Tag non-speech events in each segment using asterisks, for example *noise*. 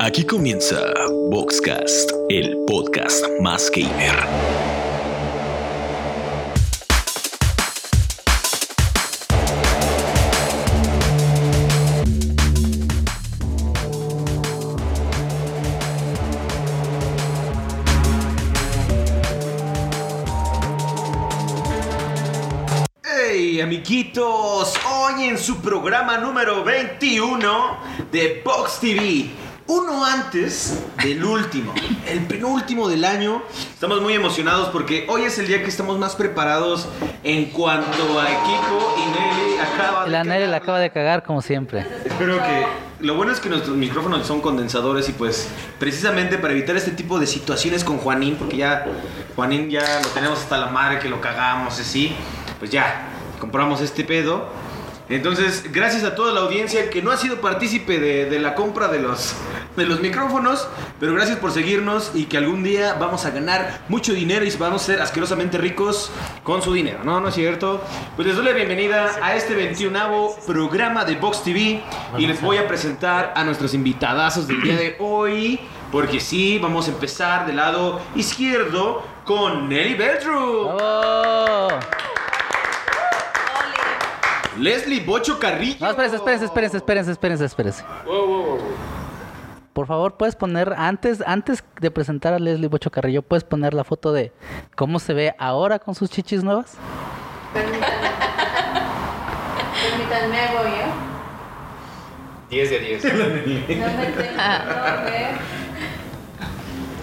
Aquí comienza Boxcast, el podcast más gamer. ¡Hey, amiguitos! Hoy en su programa número 21 de Box TV. Uno antes del último, el penúltimo del año. Estamos muy emocionados porque hoy es el día que estamos más preparados en cuanto a equipo y Nelly acaba de La Nelly la cagarla. acaba de cagar como siempre. Espero que. Lo bueno es que nuestros micrófonos son condensadores y pues precisamente para evitar este tipo de situaciones con Juanín, porque ya Juanín ya lo tenemos hasta la madre que lo cagamos y así, pues ya compramos este pedo. Entonces, gracias a toda la audiencia que no ha sido partícipe de, de la compra de los, de los micrófonos, pero gracias por seguirnos y que algún día vamos a ganar mucho dinero y vamos a ser asquerosamente ricos con su dinero. No, no es cierto. Pues les doy la bienvenida a este 21 programa de Vox TV y les voy a presentar a nuestros invitadazos del día de hoy, porque sí, vamos a empezar del lado izquierdo con Nelly Beltru, ¡Bravo! Leslie Bocho Carrillo. No, espérense, espérense, espérense, espérense, espérense, espérense. Por favor, puedes poner, antes, antes de presentar a Leslie Bocho Carrillo, puedes poner la foto de cómo se ve ahora con sus chichis nuevas. Permítanme, voy yo. 10 de 10. No me tengo no, ve.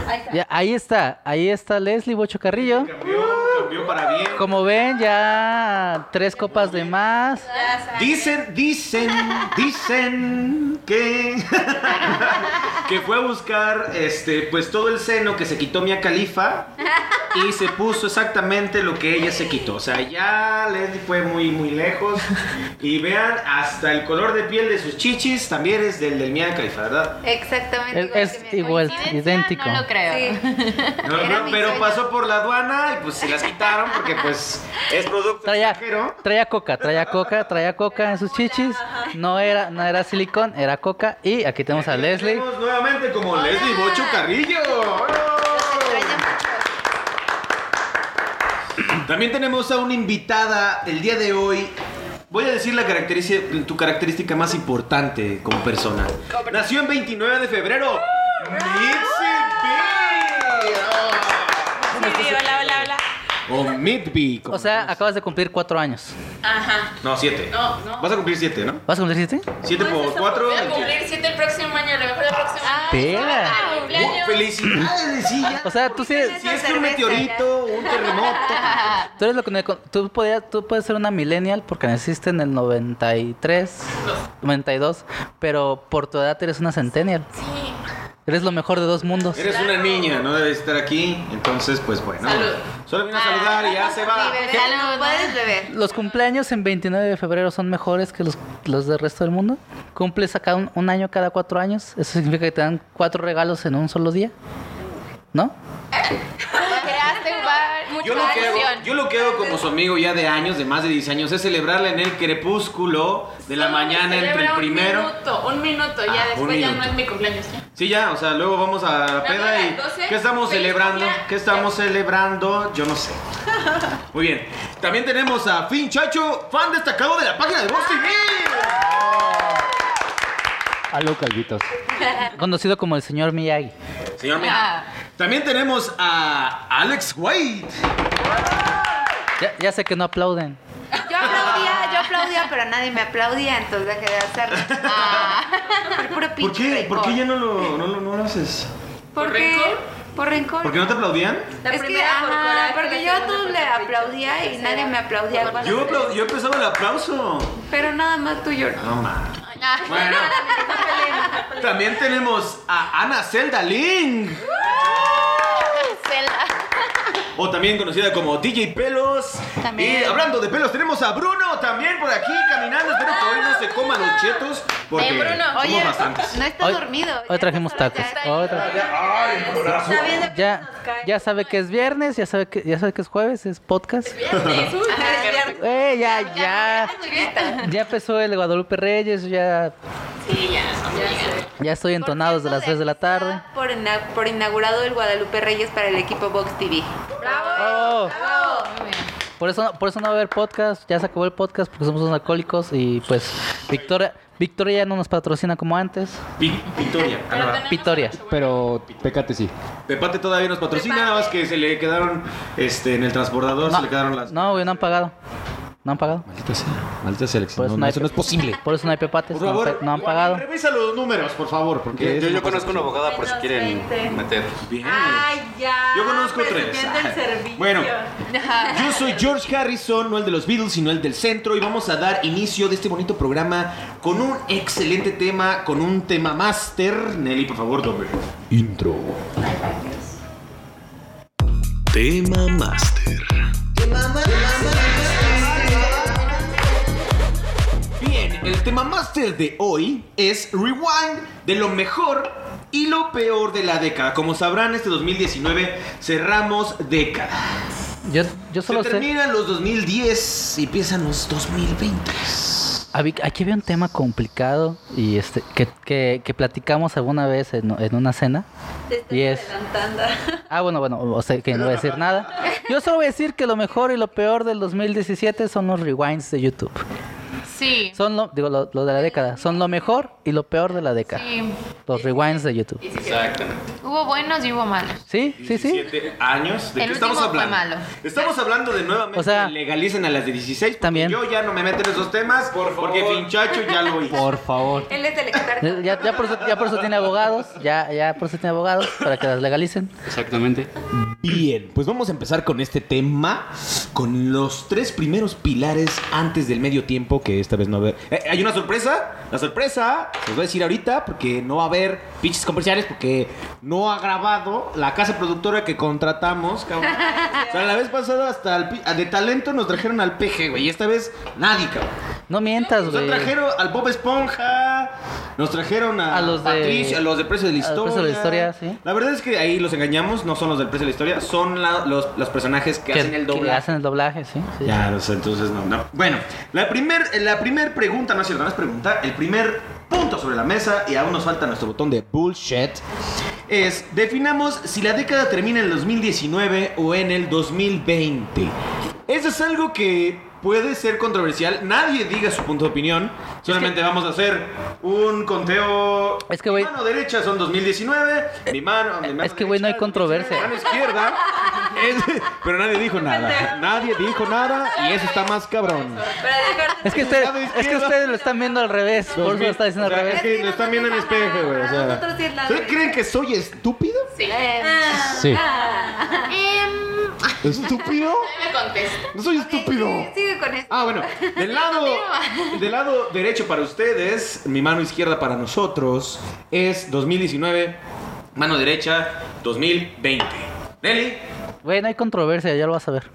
Ahí está. Ya, ahí está, ahí está Leslie Bocho Carrillo. Cambió, cambió para bien. Como ven, ya tres copas de más. Ya saben. Dicen, dicen, dicen que *laughs* que fue a buscar este pues todo el seno que se quitó Mia Califa y se puso exactamente lo que ella se quitó. O sea, ya Leslie fue muy muy lejos y vean hasta el color de piel de sus chichis también es del del Mia Califa, ¿verdad? Exactamente. Es, igual es que mi- igual, Coincidencia, idéntico. No lo creo. *laughs* Sí. No, Era no, mi pero sueño. pasó por la aduana y pues se las quitaron porque pues es producto Traía, extranjero. traía coca, traía coca, traía coca en sus chichis. No era, no era silicón, era coca. Y aquí tenemos a Aquí Leslie. tenemos nuevamente como Leslie Bocho Carrillo. También tenemos a una invitada el día de hoy. Voy a decir la característica, tu característica más importante como persona. Nació en 29 de febrero. Mitzi Sí, hola, hola, hola. B. O Midby. como- O sea, acabas de cumplir cuatro años. Ajá. No, 7. No, no. Vas a cumplir 7, ¿no? ¿Vas a cumplir siete? 7 por 4. siete el próximo año, a lo mejor el próximo año. Pera. Ah, cumpleaños. Felicidades, sí, ya. O sea, tú sí, Si es que un meteorito, un terremoto. tú eres lo que me- tú podías, tú puedes ser una millennial porque naciste en el 93, 92, pero por tu edad eres una centennial. Sí. Eres lo mejor de dos mundos. Eres una niña, no debes estar aquí. Entonces, pues bueno. Salud. Solo vino a saludar y ya se va. Liberal. ¿Qué? Salud, no puedes beber. Los cumpleaños en 29 de febrero son mejores que los, los del resto del mundo. Cumples acá un, un año cada cuatro años. Eso significa que te dan cuatro regalos en un solo día. ¿No? Creaste un bar. Yo lo, que hago, yo lo que hago como su amigo ya de años, de más de 10 años, es celebrarla en el crepúsculo de la mañana entre el primero. Un minuto, un minuto. Ya Ah, un después ya no minuto. es mi cumpleaños. ¿eh? ¿sí? Sí, ya, o sea, luego vamos a la no, peda y. las 12, ¿Qué estamos feliz celebrando? cumpleaños. ¿Qué estamos celebrando? Yo *laughs* no sé. Muy bien. También tenemos a Fin Chacho, fan destacado de la página de Vox TV. Ah. Aló, calvitos. *laughs* Conocido como el señor Miyagi. Señor mío. Ah. También tenemos a Alex White. Ya, ya sé que no aplauden. Yo aplaudía, yo aplaudía, pero nadie me aplaudía, entonces dejé de hacerlo. Por puro Ah. ¿Por pinche qué? rencor. ¿Por qué ya no lo, no lo- no lo haces? ¿Por ¿Por qué? rencor? Por rencor. ¿Por qué no te aplaudían? La es que, primera por ajá, coraje, porque la yo a segunda todos por le capricho, aplaudía y la nadie tercera me aplaudía. cuando- Yo, apla- yo empezaba el aplauso. Pero nada más tú lloras. No ma. Ah. Bueno. *laughs* También tenemos a Ana Zelda Ling. O también conocida como DJ Pelos. También. Y hablando de pelos, tenemos a Bruno también por aquí caminando. Espero que hoy no se coman los chetos. Porque Eh, Bruno. somos Oye, bastantes. *laughs* no está Hoy- dormido. hoy ya trajimos está- tacos. está- Hoy tra- está bien de- Ya, nos cae. ya sabe que es viernes, ya sabe que, ya sabe que es jueves, es podcast. Eh, ya, ya. Ya empezó el Guadalupe Reyes, ya. Sí, ya, ya sé. Ya estoy entonado desde las 3 de la tarde. Por, ina- por inaugurado el Guadalupe Reyes para el equipo Vox TV. ¡Bravo! ¡Bravo! Muy bien. Por eso, por eso no va a haber podcast, ya se acabó el podcast porque somos unos alcohólicos y pues Victoria, Victoria ya no nos patrocina como antes. Pi- Victoria. Pero ahora va. tenemos Victoria. ocho, bueno. Pero Pecate sí. Tepate todavía nos patrocina, nada más que se le quedaron este, en el transbordador, se le quedaron las. No, güey, no han pagado. No han pagado. Maldita sea. Maldita selección. Pues no, no hay- eso no es posible. Por eso no hay pepates, Por no, han favor, pe- no han pagado. Revisa los números, por favor, ¿Qué? porque. Yo, yo conozco una abogada por si Menos quieren 20. meter. Bien. ya. Yo conozco tres. Presumiendo el servicio. Bueno, yo soy George Harrison, no el de los Beatles, sino el del centro, y vamos a dar inicio de este bonito programa con un excelente tema, con un tema máster. Nelly, por favor, tome. Intro. Tema Master. Bien, el tema máster de hoy es Rewind de lo mejor y lo peor de la década. Como sabrán, este 2019 cerramos década. Yo, yo Se solo sé. terminan los 2010 y empiezan los 2020. hab- Aquí había un tema complicado y este que, que, que platicamos alguna vez en, en una cena. Te estoy Y es- adelantando. Ah, bueno, bueno, o sea que no voy a decir nada. Yo solo voy a decir que lo mejor y lo peor del 2017 son los rewinds de YouTube. *laughs* Sí. Son lo, digo, lo, lo de la década. Son lo mejor y lo peor de la década. Sí. Los rewinds de YouTube. Exactamente. Hubo buenos y hubo malos. Sí, sí, sí. 17 años. ¿De El qué estamos último fue hablando? malo. Estamos hablando de nuevamente O sea, que legalicen a las de 16. porque también. Yo ya no me meto en esos temas Por favor. porque Finchacho ya lo hizo. Por favor. Él es el experto. Ya, ya por eso, ya por eso tiene abogados. Ya, ya por eso tiene abogados para que las legalicen. Exactamente. Bien, pues vamos a empezar con este tema, con los tres primeros pilares antes del medio tiempo, que esta vez no va a haber... Eh, hay una sorpresa, la sorpresa, se los voy a decir ahorita, porque no va a haber pitches comerciales, porque no ha grabado la casa productora que contratamos, *laughs* cabrón. O sea, la vez pasada hasta el pi- de talento nos trajeron al PG, güey, y esta vez nadie, cabrón. No mientas, Nos güey. trajeron al Bob Esponja, nos trajeron a, A los de- Patricio, a los de Precio de la a Historia. los Precio de la Historia, sí. La verdad es que ahí los engañamos, no son los del Precio de la Historia, son la- los, los personajes que, Que- hacen el que doblaje. hacen el doblaje, sí. sí. Ya, o sea, entonces no, no. Bueno, la primer, la primer pregunta, no es cierto, no es pregunta, el primer punto sobre la mesa, y aún nos falta nuestro botón de bullshit, es, definamos si la década termina en el 2019 o en el 2020. Eso es algo que puede ser controversial, nadie diga su punto de opinión, solamente vamos a hacer un conteo... Es que, mi güey- mano derecha son 2019, mi mano... mi mano es que, güey, no hay derecha, 2019, controversia. mi mano izquierda. es- pero nadie dijo nada. Nadie dijo nada y eso está más cabrón. Para dejar *laughs* Es que ustedes, es que ustedes lo están viendo al revés. Por eso lo está diciendo al O sea, revés. Es que lo están viendo en espejo, güey. O sea, Nosotros sí es la ¿Ustedes verga. creen que soy estúpido? Ah, Sí. Em, ¿Estúpido? me contesto. No soy estúpido. Sigue, sigue con esto. Ah, bueno, *laughs* del lado, del lado derecho para ustedes, mi mano izquierda para nosotros es 2019, mano derecha 2020. Nelly, Güey, no hay controversia, ya lo vas a ver.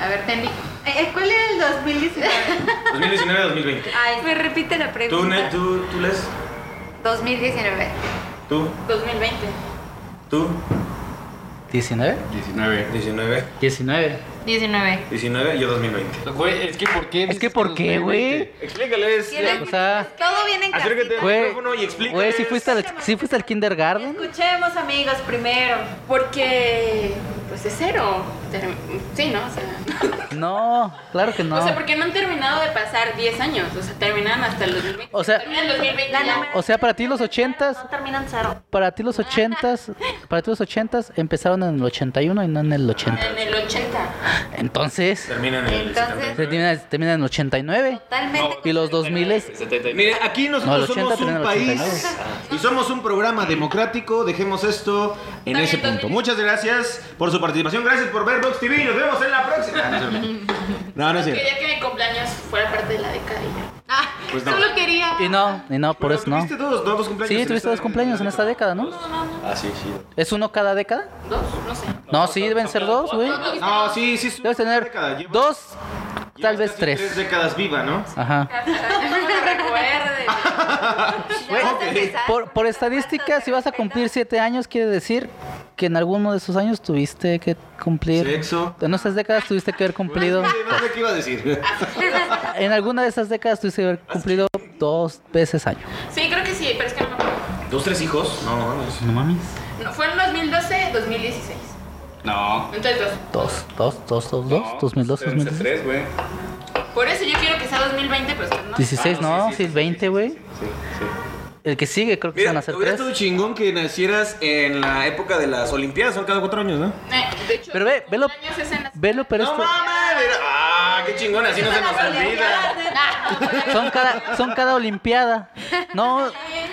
A ver, Tendi. Eh, ¿Cuál era el 2019? *laughs* *laughs* 2019-2020. Ay, me repite la ¿Tú, Ne- pregunta. tú, tú, Les? 2019. ¿Tú? 2020. ¿Tú? ¿19? 19. 19. 19. 19. 19, yo 2020. Güey, es que ¿por qué? Es que ¿por qué, güey? Explícales. O sea, Todo viene en Acércate. casita. güey, micrófono y explícales. güey, si fuiste al, si fuiste al kindergarten. Escuchemos, amigos, primero. Porque. Pues es cero. Term- Sí, ¿no? O sea, No, claro que no. o sea, porque no han terminado de pasar 10 años. O sea, terminan hasta el 2020. O sea- terminan el 2020. La ya. número- O sea, para ti los No 80s, terminan cero. para ti los 80s, para ti los 80s empezaron en el 81 y no en el 80. En el 80. Entonces, Terminan el Entonces- se termina, termina en el 89 Totalmente. y *laughs* los 2000 es 70 Miren, aquí No, nosotros el 80 somos un termina el país y somos un programa democrático. Dejemos esto en Está ese bien, punto. 2000. Muchas gracias por su participación. Gracias por ver Vox TV. Nos vemos en la próxima. No, no es cierto. No, no es cierto. Quería que mi cumpleaños fuera parte de la década y ya. Ah, Pues no. solo quería. *laughs* y no, y no, *laughs* por Bueno, eso no. Tuviste dos, dos, dos cumpleaños. Sí, en tuviste esta- dos cumpleaños en esta década, ¿no? Ah, sí, sí. ¿Es uno cada década? Dos, no sé. No, sí, deben ser dos, güey. No, sí, sí. es Debes una tener década. Llevas- dos, tal llevas vez casi tres. Tres décadas viva, ¿no? Ajá. Recuerde. Güey, vas a empezar. por, por estadística, si vas a cumplir siete años, quiere decir que en alguno de esos años tuviste que cumplir. Sexo. En esas décadas tuviste que haber cumplido. No sé qué iba a decir. En alguna de esas décadas tuviste que haber cumplido dos veces año. Sí, creo que sí, pero es que no me acuerdo. ¿Dos, tres hijos? No, mames. No mames. No, fue en 2012, 2016. No. Entonces dos. Dos, dos, dos, dos, dos, 2002, deben ser 2003. tres, güey. Por eso yo quiero que sea 2020, pero usted no. 16, Ah, no, sí, sí, sí, sí, 20, güey. Sí, sí. El que sigue creo que se van a Mira, hacer hubiera tres. estado chingón que nacieras en la época de las Olimpiadas, son cada cuatro años, ¿no? Eh, de hecho, Pero ve, velo, cumpleaños es en la- velo, pero ¡No esto... mames! Mira, ¡Ah, qué chingón! Así no se nos olvida. Son cada, son cada olimpiada. No,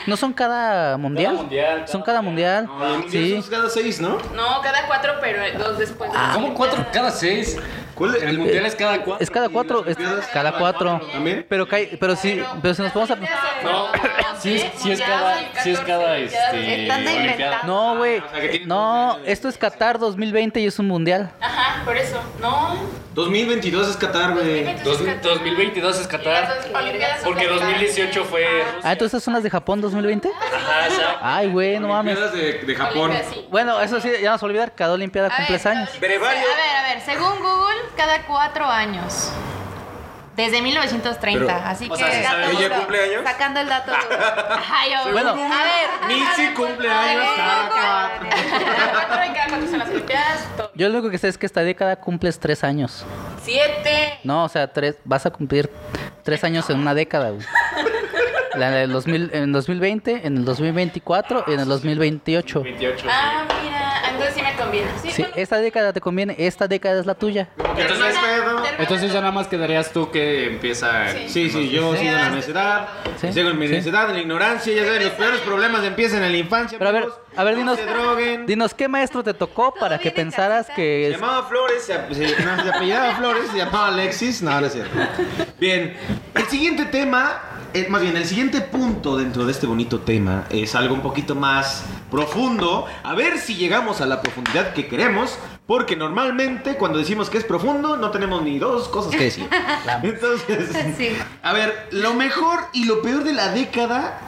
no son cada mundial. Cada mundial, son cada cada mundial. No, los sí. mundiales son cada seis, ¿no? No, cada cuatro, pero dos después. Ah. de- ¿Cómo cuatro cada seis? ¿Cuál es? El mundial es cada cuatro. Ah. Es cada cuatro, es Olimpiadas? cada cuatro. ¿También? Pero cae- pero sí, pero si nos vamos a No, Ah, *laughs* sí es, sí es cada, sí es cada, este, Están de olimpiada. inventando. No, güey. o sea, que tiene No, dos años de esto es Qatar 2020 y es un mundial. Ajá, por eso. No. 2022 es Qatar, güey. Dos- 2022 es Qatar. Porque 2018 fue Rusia. Ah, entonces son las de Japón 2020. Ajá, exacto. Ay, güey, no mames. Olimpiadas de, de Japón. Bueno, eso sí, ya nos olvidar, cada olimpiada A ver, cumples cada años. olimpiada- Brevario. A ver, a ver, según Google, cada cuatro años. Desde 1930, Pero, así o que sea, ¿sí dato sabes? ¿Ella duro, cumple años? sacando *laughs* el dato duro. Ay, oh, Bueno. a ver, Mitzi cumple *laughs* años cada cuatro. Cada cuatro y cada cuatro son las Olimpiadas. todo. Yo lo único que sé es que esta década cumples tres años. Siete. No, o sea, tres, vas a cumplir tres años en una década, güey. La del 2000, en 2020, en el 2024 y en el 2028. 28. Ah, mira. Entonces sí me conviene. Sí, esta década te conviene, esta década es la tuya. Entonces, pedo. Entonces ya nada más quedarías tú que empieza. el- Sí, sí, yo sigo en la necedad, Sí, sigo en mi sí. necedad, en la ignorancia, ya saben, los peores problemas empiezan en la infancia. Pero a ver, amigos. a ver, No dinos, se droguen. dinos qué maestro te tocó para que bien en pensaras casita. Se que es- llamaba Flores, se, ap- se- no, se apellidaba Flores, se llamaba Alexis. No, no es cierto. Bien, el siguiente tema, eh, más bien, el siguiente punto dentro de este bonito tema es algo un poquito más profundo. A ver si llegamos a la profundidad que queremos, porque normalmente cuando decimos que es profundo no tenemos ni dos cosas que decir. Entonces, *laughs* Sí. a ver, lo mejor y lo peor de la década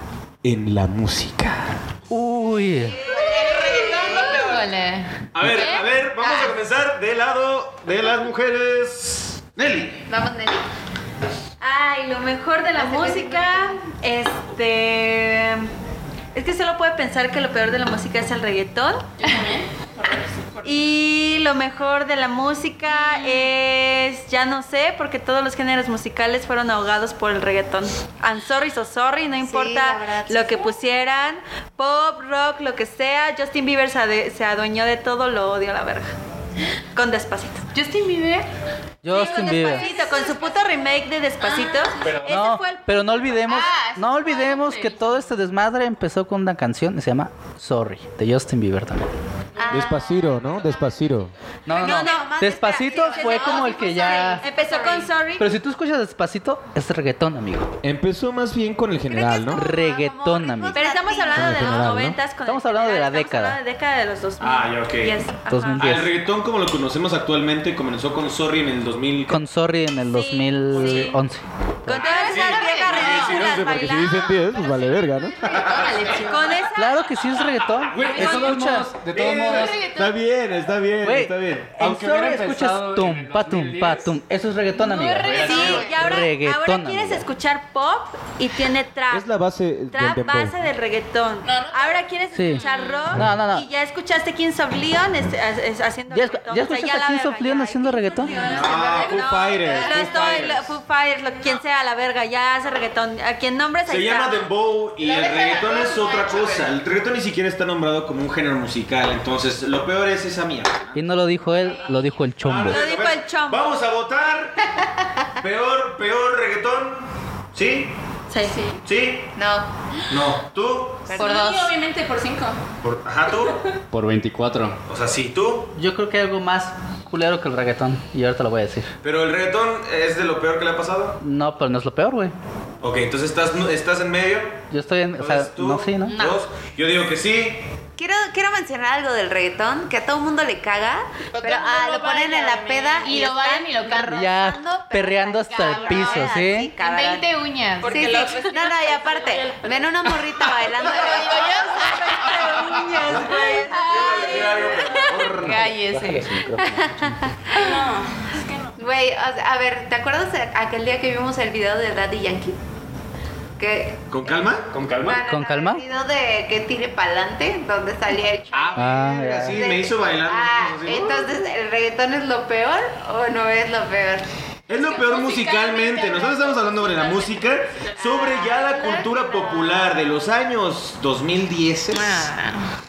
en la música. Uy, Híjole. A ver, a ver, vamos a comenzar del lado de las mujeres. Nelly. Vamos, Nelly. Ay, lo mejor de la música, este... Es que solo puede pensar que lo peor de la música es el reggaetón. Y lo mejor de la música es, ya no sé, porque todos los géneros musicales fueron ahogados por el reggaetón. I'm sorry, so sorry, no la importa verdad, sí. lo que pusieran, pop, rock, lo que sea. Justin Bieber se, ade- se adueñó de todo, lo odio a la verga. Con despacito. Justin Bieber. Justin Bieber. Despacito, con su puto remake de Despacito. Ese No, fue el- pero no olvidemos, Ah, ese no fue olvidemos antes. que todo este desmadre empezó con una canción que se llama Sorry, de Justin Bieber también. Ah. Despacito, ¿no? Despacito. No, no, no. más Despacito espera, fue no, como sí el fue que ya. Sorry. Empezó con Sorry. Pero si tú escuchas despacito, es reggaetón, amigo. Empezó más bien con el general, ¿no? Reggaetón, amigo. Pero estamos hablando Con de el los general, ¿no? noventas con Estamos el hablando de la general, estamos década. hablando de la década de los 2000. Ah, ya, ok. Yes, ajá. 2010. Ah, el reggaetón como lo conocemos actualmente comenzó con Sorry en el 2000. Con Sorry en el Sí, 2011. Con todas esas viejas ridículas Porque si dicen bailando. 10, pues vale verga, ¿no? Con esa... Claro que sí es reggaetón. Güey, de Eso todos escuchas. modos, de todos modos. Está bien, está bien, Güey, está bien. en Aunque Sorry hubiera escuchas empezado en tum, el pa, tum, pa, 2010. tum. Eso es reggaetón, amigo. Sí, y ahora, ahora Reggaetón, quieres amigo. escuchar pop y tiene trap. Es la base del Trap tempo. base del reggaetón. No, no. Ahora quieres Sí. escuchar rock. No, no, no. Y ya escuchaste Kings of Leon es- es- es haciendo ¿Ya, escu- reggaetón. ya O sea, escuchas la a Kings of verga, Leon ya. haciendo reggaetón? Ah, Foo Fighters. No Foo estoy, Fighters. lo- Foo Fighters, lo- quien sea, la verga, ya hace reggaetón. A quien nombres Se ahí llama está. Dembow y La el década reggaetón no es lo ha otra hecho, cosa. El reggaetón ni siquiera está nombrado como un género musical, entonces lo peor es esa mierda. Y no lo dijo él, lo dijo el chombo. Lo dijo el chombo. Vamos a votar. *laughs* Peor, peor reggaetón. ¿Sí? Sí, sí. ¿Sí? No. No. ¿Tú? Por Sí, dos. obviamente por cinco. Por- Ajá, tú. Por 24. O sea, sí, tú. Yo creo que hay algo más culero que el reggaetón. Y ahorita lo voy a decir. Pero el reggaetón es de lo peor que le ha pasado. No, pero no es lo peor, güey. Ok, entonces estás, estás en medio. Yo estoy en. O sea, Entonces, Pues tú, no, sí, ¿no? dos. Yo digo que sí. Quiero, quiero mencionar algo del reggaetón que a todo mundo le caga, Pero pero eh, todo ah, mundo lo ponen en la baila, peda Y lo bailan y lo cargan cantan. Ya perreando hasta el piso, ¿sí? Con 20 uñas. Porque sí, la sí. otra- No, no, y aparte, ven una morrita *laughs* bailando. Pero uñas, güey. Cállese. No, es que no. Güey, o sea, a ver, ¿te acuerdas de aquel día que vimos el video de Daddy Yankee? que ¿Con calma? ¿Con calma? para ¿Con la calma? video de que tire pa'lante, donde salía el chavo. Ah, Ah, verga, ya. sí, De- me hizo bailar. Ah, así, ¿no? entonces, ¿el reggaetón es lo peor o no es lo peor? Es lo peor musicalmente. Nosotros estamos hablando sobre la música, sobre ya la cultura popular de los años 2010.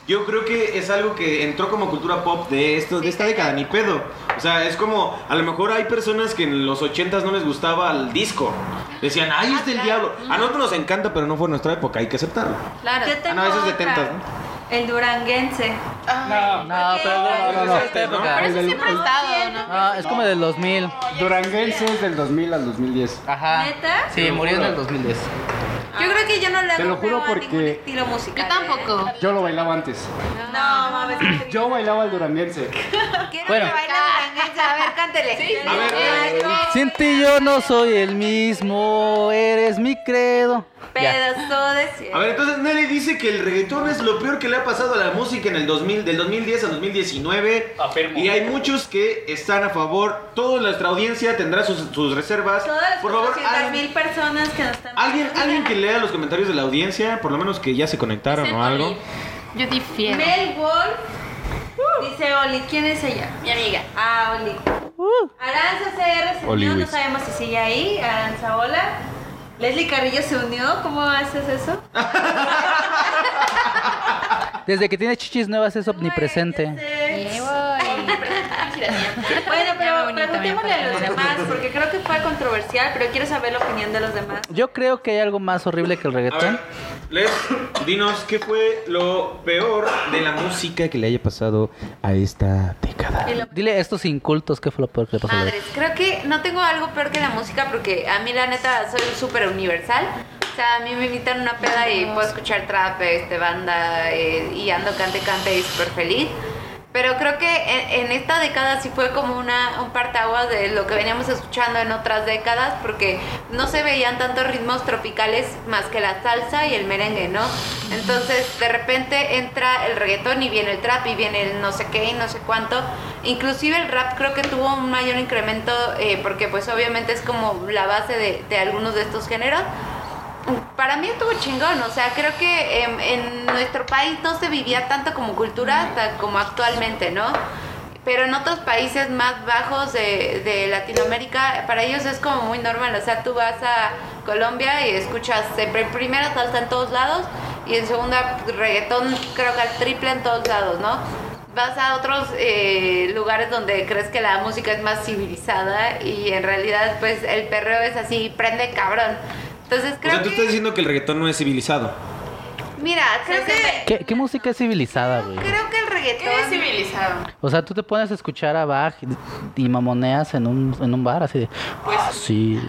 Yo creo que es algo que entró como cultura pop de esto, de esta década, ni pedo. O sea, es como, a lo mejor hay personas que en los 80s no les gustaba el disco. Decían, ay, es del diablo. A nosotros nos encanta, pero no fue nuestra época, hay que aceptarlo. Claro. Yo tengo Ah, no, eso es de otra. tentas, ¿no? El duranguense. No, no, ¿Por qué? pero no, no, no, Pero es esta eso época. Eso siempre ha estado, ¿no? No, Ah, es como del 2000. Duranguenses del 2000 al 2010. Ajá. ¿Neta? Sí, murió en el 2010. Ah, Yo creo que yo no le Te hago lo juro feo a ningún porque- estilo musical. Yo ¿eh? tampoco. Yo lo bailaba antes. ¿eh? No, mames. ¿qué Yo bailaba el duranguense. Quiero Bueno. que baile duranguense. A ver, cántele. A ver, eh, Sin ti yo no soy el mismo, eres mi credo. Ya. Pedazo de cielo. A ver, entonces Nelly dice que el reggaetón es lo peor que le ha pasado a la música en el 2000, del 2010 al 2019. Afirmo. Y hay muchos que están a favor. Toda nuestra audiencia tendrá sus, sus reservas. Todas Por favor, las al- mil personas que nos están alguien, alguien que lea los comentarios de la audiencia, por lo menos que ya se conectaron o algo. Yo difiero. Mel Wolf dice Oli, ¿quién es ella? Mi amiga. Ah, Oli. Aranza CR se Oli unió, no Luis. sabemos si sigue ahí. Aranza, hola. Leslie Carrillo se unió, ¿cómo haces eso? Desde que tiene chichis nuevas es Ay, ya omnipresente. sé. Ahí voy. Bueno, Ya pero me uní también preguntémosle a para los que no- demás, porque creo que fue controversial, pero quiero saber la opinión de los demás. Yo creo que hay algo más horrible que el A reggaetón. ver, Les, dinos qué fue lo peor de la música que le haya pasado a esta década. Dile a estos incultos qué fue lo peor que le pasó. a la vida. Madres, creo que no tengo algo peor que la música porque a mí la neta soy súper universal. O sea, a mí me invitan a una peda y puedo escuchar trap, este, banda eh, y ando cante cante y súper feliz. Pero creo que en, en esta década sí fue como una, un partaguas de lo que veníamos escuchando en otras décadas porque no se veían tantos ritmos tropicales más que la salsa y el merengue, ¿no? Entonces de repente entra el reggaetón y viene el trap y viene el no sé qué y no sé cuánto. Inclusive el rap creo que tuvo un mayor incremento eh, porque pues obviamente es como la base de, de algunos de estos géneros. Para mí estuvo chingón, o sea, creo que em, en nuestro país no se vivía tanto como cultura hasta como actualmente, ¿no? Pero en otros países más bajos de, de Latinoamérica, para ellos es como muy normal, o sea, tú vas a Colombia y escuchas en pr- primera salsa en todos lados y en segunda reggaetón creo que al triple en todos lados, ¿no? vas a otros eh, lugares donde crees que la música es más civilizada y en realidad pues el perreo es así, prende cabrón. Entonces O creo sea, tú que... estás diciendo que el reggaetón no es civilizado. Mira, creo que... ¿Qué, qué música es civilizada, güey? Creo que el ¿Qué es reggaetón... civilizado? O sea, tú te pones a escuchar a Bach y, y mamoneas en un, en un bar así de... "Ah, sí,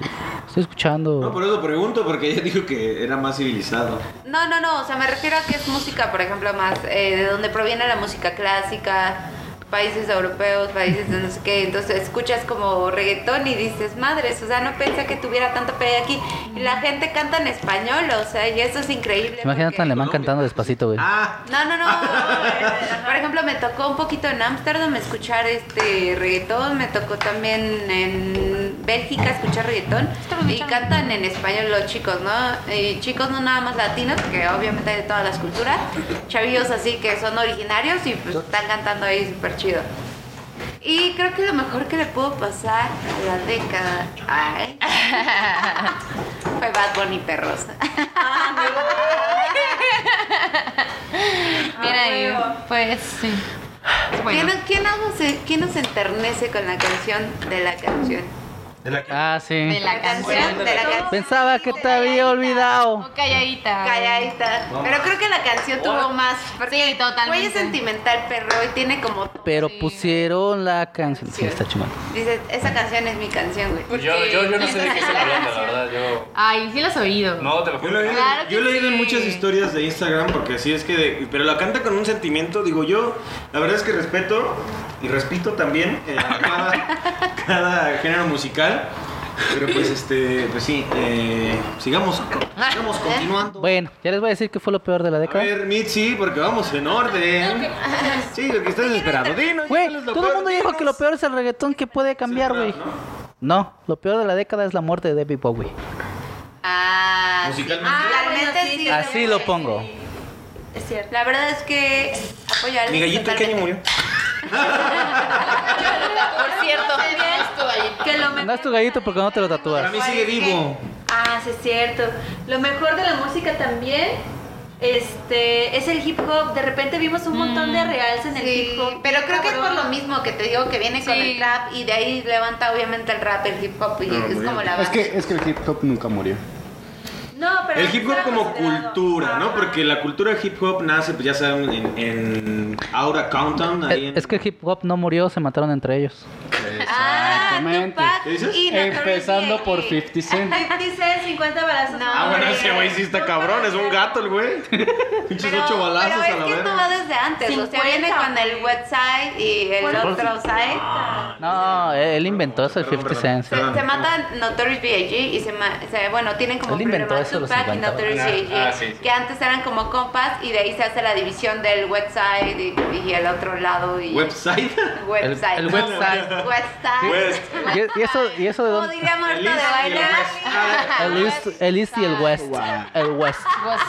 estoy escuchando... No, por eso pregunto, porque ella dijo que era más civilizado. No, no, no, o sea, me refiero a que es música, por ejemplo, más eh, de donde proviene la música clásica, países europeos, países de no sé qué, entonces escuchas como reggaetón y dices, madres, o sea, no pensé que tuviera tanto pegue aquí. Y la gente canta en español, o sea, y eso es increíble. Imagínate porque- a alemán Colombia. cantando despacito, güey. Ah, No, no, no. Por ejemplo, me tocó un poquito en Ámsterdam escuchar este reggaetón, me tocó también en Bélgica escuchar reggaetón y cantan en español los chicos, ¿no? Y chicos no nada más latinos, que obviamente hay de todas las culturas, chavillos así que son originarios y pues están cantando ahí súper chido. Y creo que lo mejor que le pudo pasar a la década ay, fue Bad Bunny Perros. Mira ahí. Pues sí. ¿Quién, Bueno. quién nos, quién nos enternece con la canción de la canción? Ah, sí. De la canción. de la canción. Pensaba que te había olvidado. O calladita. Calladita. Pero creo que la canción tuvo más. Sí, Güey es totalmente. sentimental, perro, y tiene como. Pero Sí. pusieron la canción. Sí, está chingón. Dices, esa canción es mi canción, güey. Yo, yo, yo no sé de qué están hablando, la verdad. Yo. Ay, sí lo has oído. No, te lo yo juro. lo he leído, Claro que yo lo he leído en sí. muchas historias de Instagram porque así es que. de- pero la canta con un sentimiento, digo yo. La verdad es que respeto y respeto también eh, a *laughs* cada, cada género musical. Pero pues, este, pues sí, eh, sigamos, co- sigamos continuando. Bueno, ya les voy a decir que fue lo peor de la A década. ver, Mitzi, porque vamos en orden. Sí, lo que estás esperando. Dinos, Güey, ¿cuál es lo todo el peor? mundo dijo que lo peor es el reggaetón que puede cambiar, güey. ¿no? No, lo peor de la década es la muerte de David Bowie. Ah, Musicalmente. sí, musicalmente bueno, sí, sí. Así lo pongo. Es cierto. La verdad es que apoyar. Mi gallito, ¿en ¿qué año murió? *laughs* Por cierto. Que lo mejor No es tu gallito porque no te lo Para tatúas. mí sigue vivo. Ah, sí es cierto. Lo mejor de la música también este es el hip hop. De repente vimos un montón de realce en el Mm, Sí, hip hop. pero creo que es por lo Cabrón. mismo que te digo que viene con Sí. el trap y de ahí levanta obviamente el rap, el hip hop y es como la base. Es que, es que el hip hop nunca murió. No, pero El antes hip hop era como considerado. cultura, ¿no? Ajá. Porque la cultura hip hop nace, pues ya saben, en, en Aura Countdown. ahí en- Es que el hip hop no murió, se mataron entre ellos. Ah, Exactamente. Tupac ¿Qué dices? y Notorious Empezando por 50 B.I.G.. *laughs* Cent. 50 Cent, 50 balazos. No. Ah, bueno, hombre. ese güey sí está cabrón, es un gato el güey. Pinches Pero- ocho balazos pero a es la que esto va verga. desde antes, o 50, sea, viene con el wet side y el Bueno, otro side. No, él inventó eso, el Ah, Perdón, 50 perdón. Cent. sí. Se, se mata Notorious B.I.G. y se, ma- se- bueno, tienen como Él inventó problema eso de los Tupac y 50. Notorious Ah, B.I.G. ah, sí, sí. que antes eran como compas y de ahí se hace la división del wet side y, y el otro lado y *laughs* Website. Wet El- side. el No, wet wet side. side. West. Y, y eso, y eso de Como dónde. diría Marta El de East y el baile. West. El East, el East y el West. El West. Pues,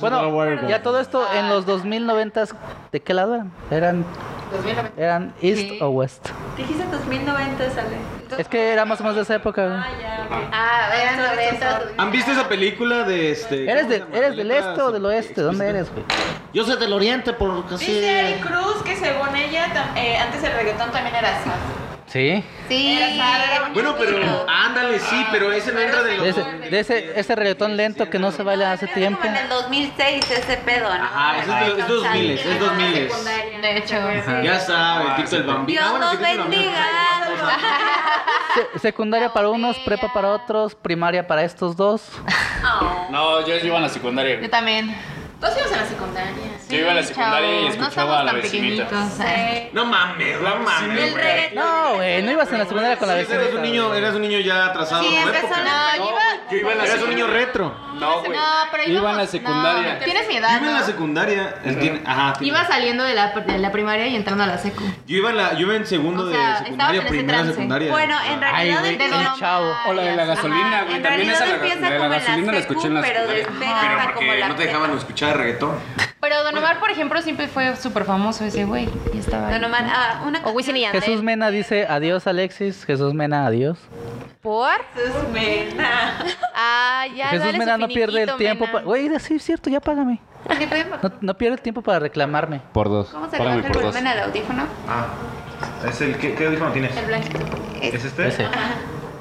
Bueno, Ah, ya todo esto en los 2090s, ¿de qué lado eran? Eran, eran East Sí. o West. Dijiste 2090 sale. Es que era más o menos de esa época. güey. Ah, ya, ok. Ah, eran Son 90. estos ¿Han visto esa película de este. ¿Eres, ¿cómo se de- llama? ¿Eres del Película este o del oeste? ¿Dónde explícita. eres, güey? Yo soy del oriente, por casi. Dice Ari Cruz que según ella, tam- eh, antes el reggaetón también era así. Sí. Sí. Era sad, era Bueno, pero. Ándale, sí, pero ese no entra de los. De ese, de ese, ese reggaetón lento que no se baila hace tiempo. Como en el 2006 ese pedo, ¿no? Ajá, ese es de- es 2000, es 2000. De hecho. Ya sabe, Tito el Bambino. Ah, Dios bueno, nos Tito el Bambino. bendiga. *laughs* Se- secundaria para unos, prepa para otros, primaria para estos dos. No, yo yo iba a la secundaria. Yo güey. también. Todos íbamos a la secundaria. Sí, iba a la secundaria y chavos, escuchaba no somos a la tan vecinita. pequeñitos, eh. No mames, no mames. El güey. reggaetón. No, güey, no ibas en la secundaria con la Sí, eras un niño, vecina. eras un niño ya atrasado. Sí, por tu empezó época. la- No, No, yo iba- Yo iba en la Eras un niño secundaria. retro. No, güey. No, pero Yo iba en la íbamos- secundaria. no, Tienes mi Yo edad, iba en la ¿no? secundaria. él tiene- Ajá. tiene- Iba saliendo de la, de la primaria y entrando a la secu. Yo iba en la, yo iba en segundo O sea, de secundaria, estabas en ese primera trance. secundaria. Bueno, en realidad güey, empieza el como- chavo. Ay, O la de la ya sé. gasolina, Ajá, güey, En también esa realidad la- la empieza de la como en gasolina la escuché en la secu, pero secundaria. despega como la prepa. escuchar reggaetón. Pero Don Omar, por ejemplo, siempre fue súper famoso ese güey. Y estaba ahí. Don Omar, ah, una O Wisin y Yandel. Jesús Mena dice adiós, Alexis. Jesús Mena, adiós. ¿Por? Jesús Mena. Ah, ya Jesús dale Mena su no pierde el finiquito, tiempo. Mena. pa- Güey, sí, es cierto, ya págame. ¿Qué pedimos? No, no pierde el tiempo para reclamarme. Por dos. ¿Cómo se Págame levanta el por dos. volumen al audífono? Ah, es el, ¿qué, qué audífono tienes? El blanquito. ¿Es este? Ese.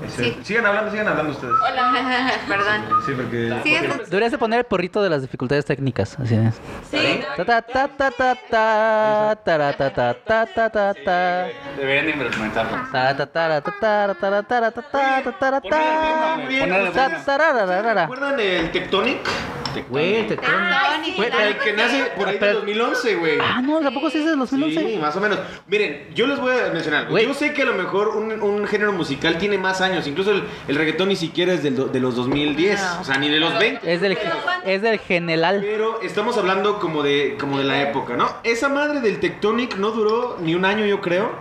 Es el- Sigan hablando, sigan hablando ustedes. Hola. Perdón. Sí, porque... Sí, es- Deberías de poner el porrito de las dificultades técnicas. Así es. Sí, Ta, ta, ta, ta, ta, ta, tara, ta, ta, ta, ta, ta, ta. Deberían de implementarlo. Ah, Tara, ta, tara, ta, tara, tara, tara, ta, tara, ta, tara, ta. Ponle el volumen, ponle Ta, tarararara. ¿Recuerdan el Tectonic? Güey, el teclón. Ay, sí, pues. Güey, la El que nace por ahí de Pero- 2011, güey. Ah, no, tampoco se dice de Sí, 2011. más o menos. Miren, yo les voy a mencionar. algo. Güey. Yo sé que a lo mejor un, un género musical tiene más años. Incluso el, el reggaetón ni siquiera es del do- de los 2010. O sea, ni de los 20. Es del, es del general. Pero estamos hablando como de, como de la época, ¿no? Esa madre del Tectonic no duró ni un año, yo creo.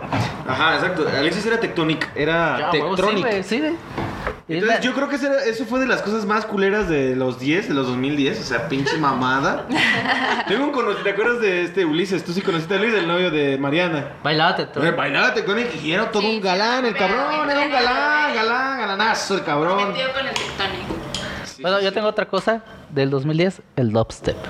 Ajá, exacto. Alexis era Tectonic, era Sí, Tectronic. güey, Ah, sí, güey. Y es Entonces la- yo creo que ese era- eso fue de las cosas más culeras de los 10, de los 2010, o sea, pinche mamada. Tengo un conocido, ¿te acuerdas de este Ulises? Tú sí conociste a Luis, el novio de Mariana. Bailaba Pero teclón. bailaba Tectonic y era todo un galán, el cabrón, era un galán, galán, galanazo el cabrón. Metido con el tectónico. Bueno, yo tengo otra cosa del 2010, el dubstep. *laughs*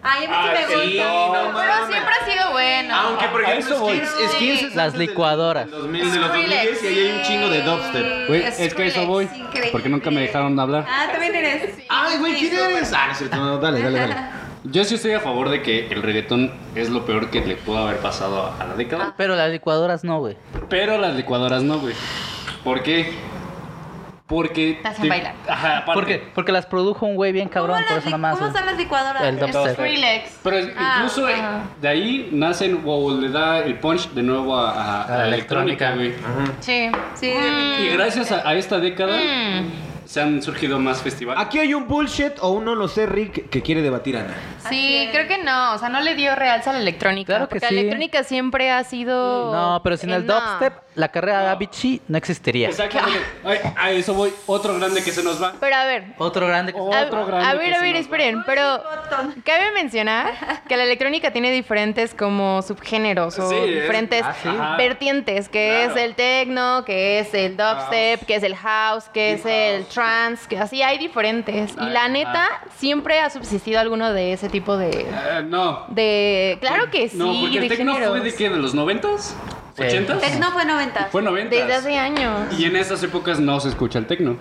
Ay, a mí sí me Ah, Sí, gusta. no Pero mames. siempre ha sido bueno. Aunque, por A ejemplo, eso voy. Skins, Skins es antes Las del- del licuadoras. 2000, de los 2010 y ahí hay un chingo de dubstep. Güey, es que eso voy. Porque nunca me dejaron hablar. Ah, también eres. Ay, güey, ¿quién eres? Ah, no es cierto, no, dale, dale, dale. *laughs* Yo sí estoy a favor de que el reggaetón es lo peor que le pudo haber pasado a- a la década. Pero las licuadoras no, güey. Ah. Pero las licuadoras no, güey. ¿Por qué? Porque. Te hacen bailar. Ajá, aparte. Porque, porque las produjo un güey bien cabrón, por eso nada más. ¿Cómo son las licuadoras? El dubstep. Skrillex. Pero es- Ah, incluso eh, de ahí nacen o le da el punch de nuevo a, a- A la a la electrónica, güey. Sí. Sí, Mm. Y gracias a, a esta década Mm. se han surgido más festivales. Ah, Aquí hay un bullshit o uno no sé, Rick, que quiere debatir Ana. Sí, es. creo que no. O sea, no le dio realza a la electrónica. Claro que porque sí. la electrónica siempre ha sido. No, pero sin eh, el no. dubstep, la carrera de Avicii no existiría. Exactamente. Ay, a eso voy. Otro grande que se nos va. Pero a ver. Otro grande Oh. que A, Otro grande a que ver, a se ver, nos va. esperen, pero cabe mencionar que la electrónica tiene diferentes como subgéneros o Sí, es- diferentes ah, sí. Ajá. vertientes, que Claro. es el techno, que es el dubstep, que es el house, que es el trance, que así hay diferentes. Y Ay, la neta, siempre ha subsistido alguno de ese tipo de... Eh, no. de claro que sí, No, porque el de tecno fue de géneros. qué, de los 90s? Sí. ¿80s? Eh, Tecno fue 90. Fue 90. Desde hace años. Y en esas épocas no se escucha el tecno.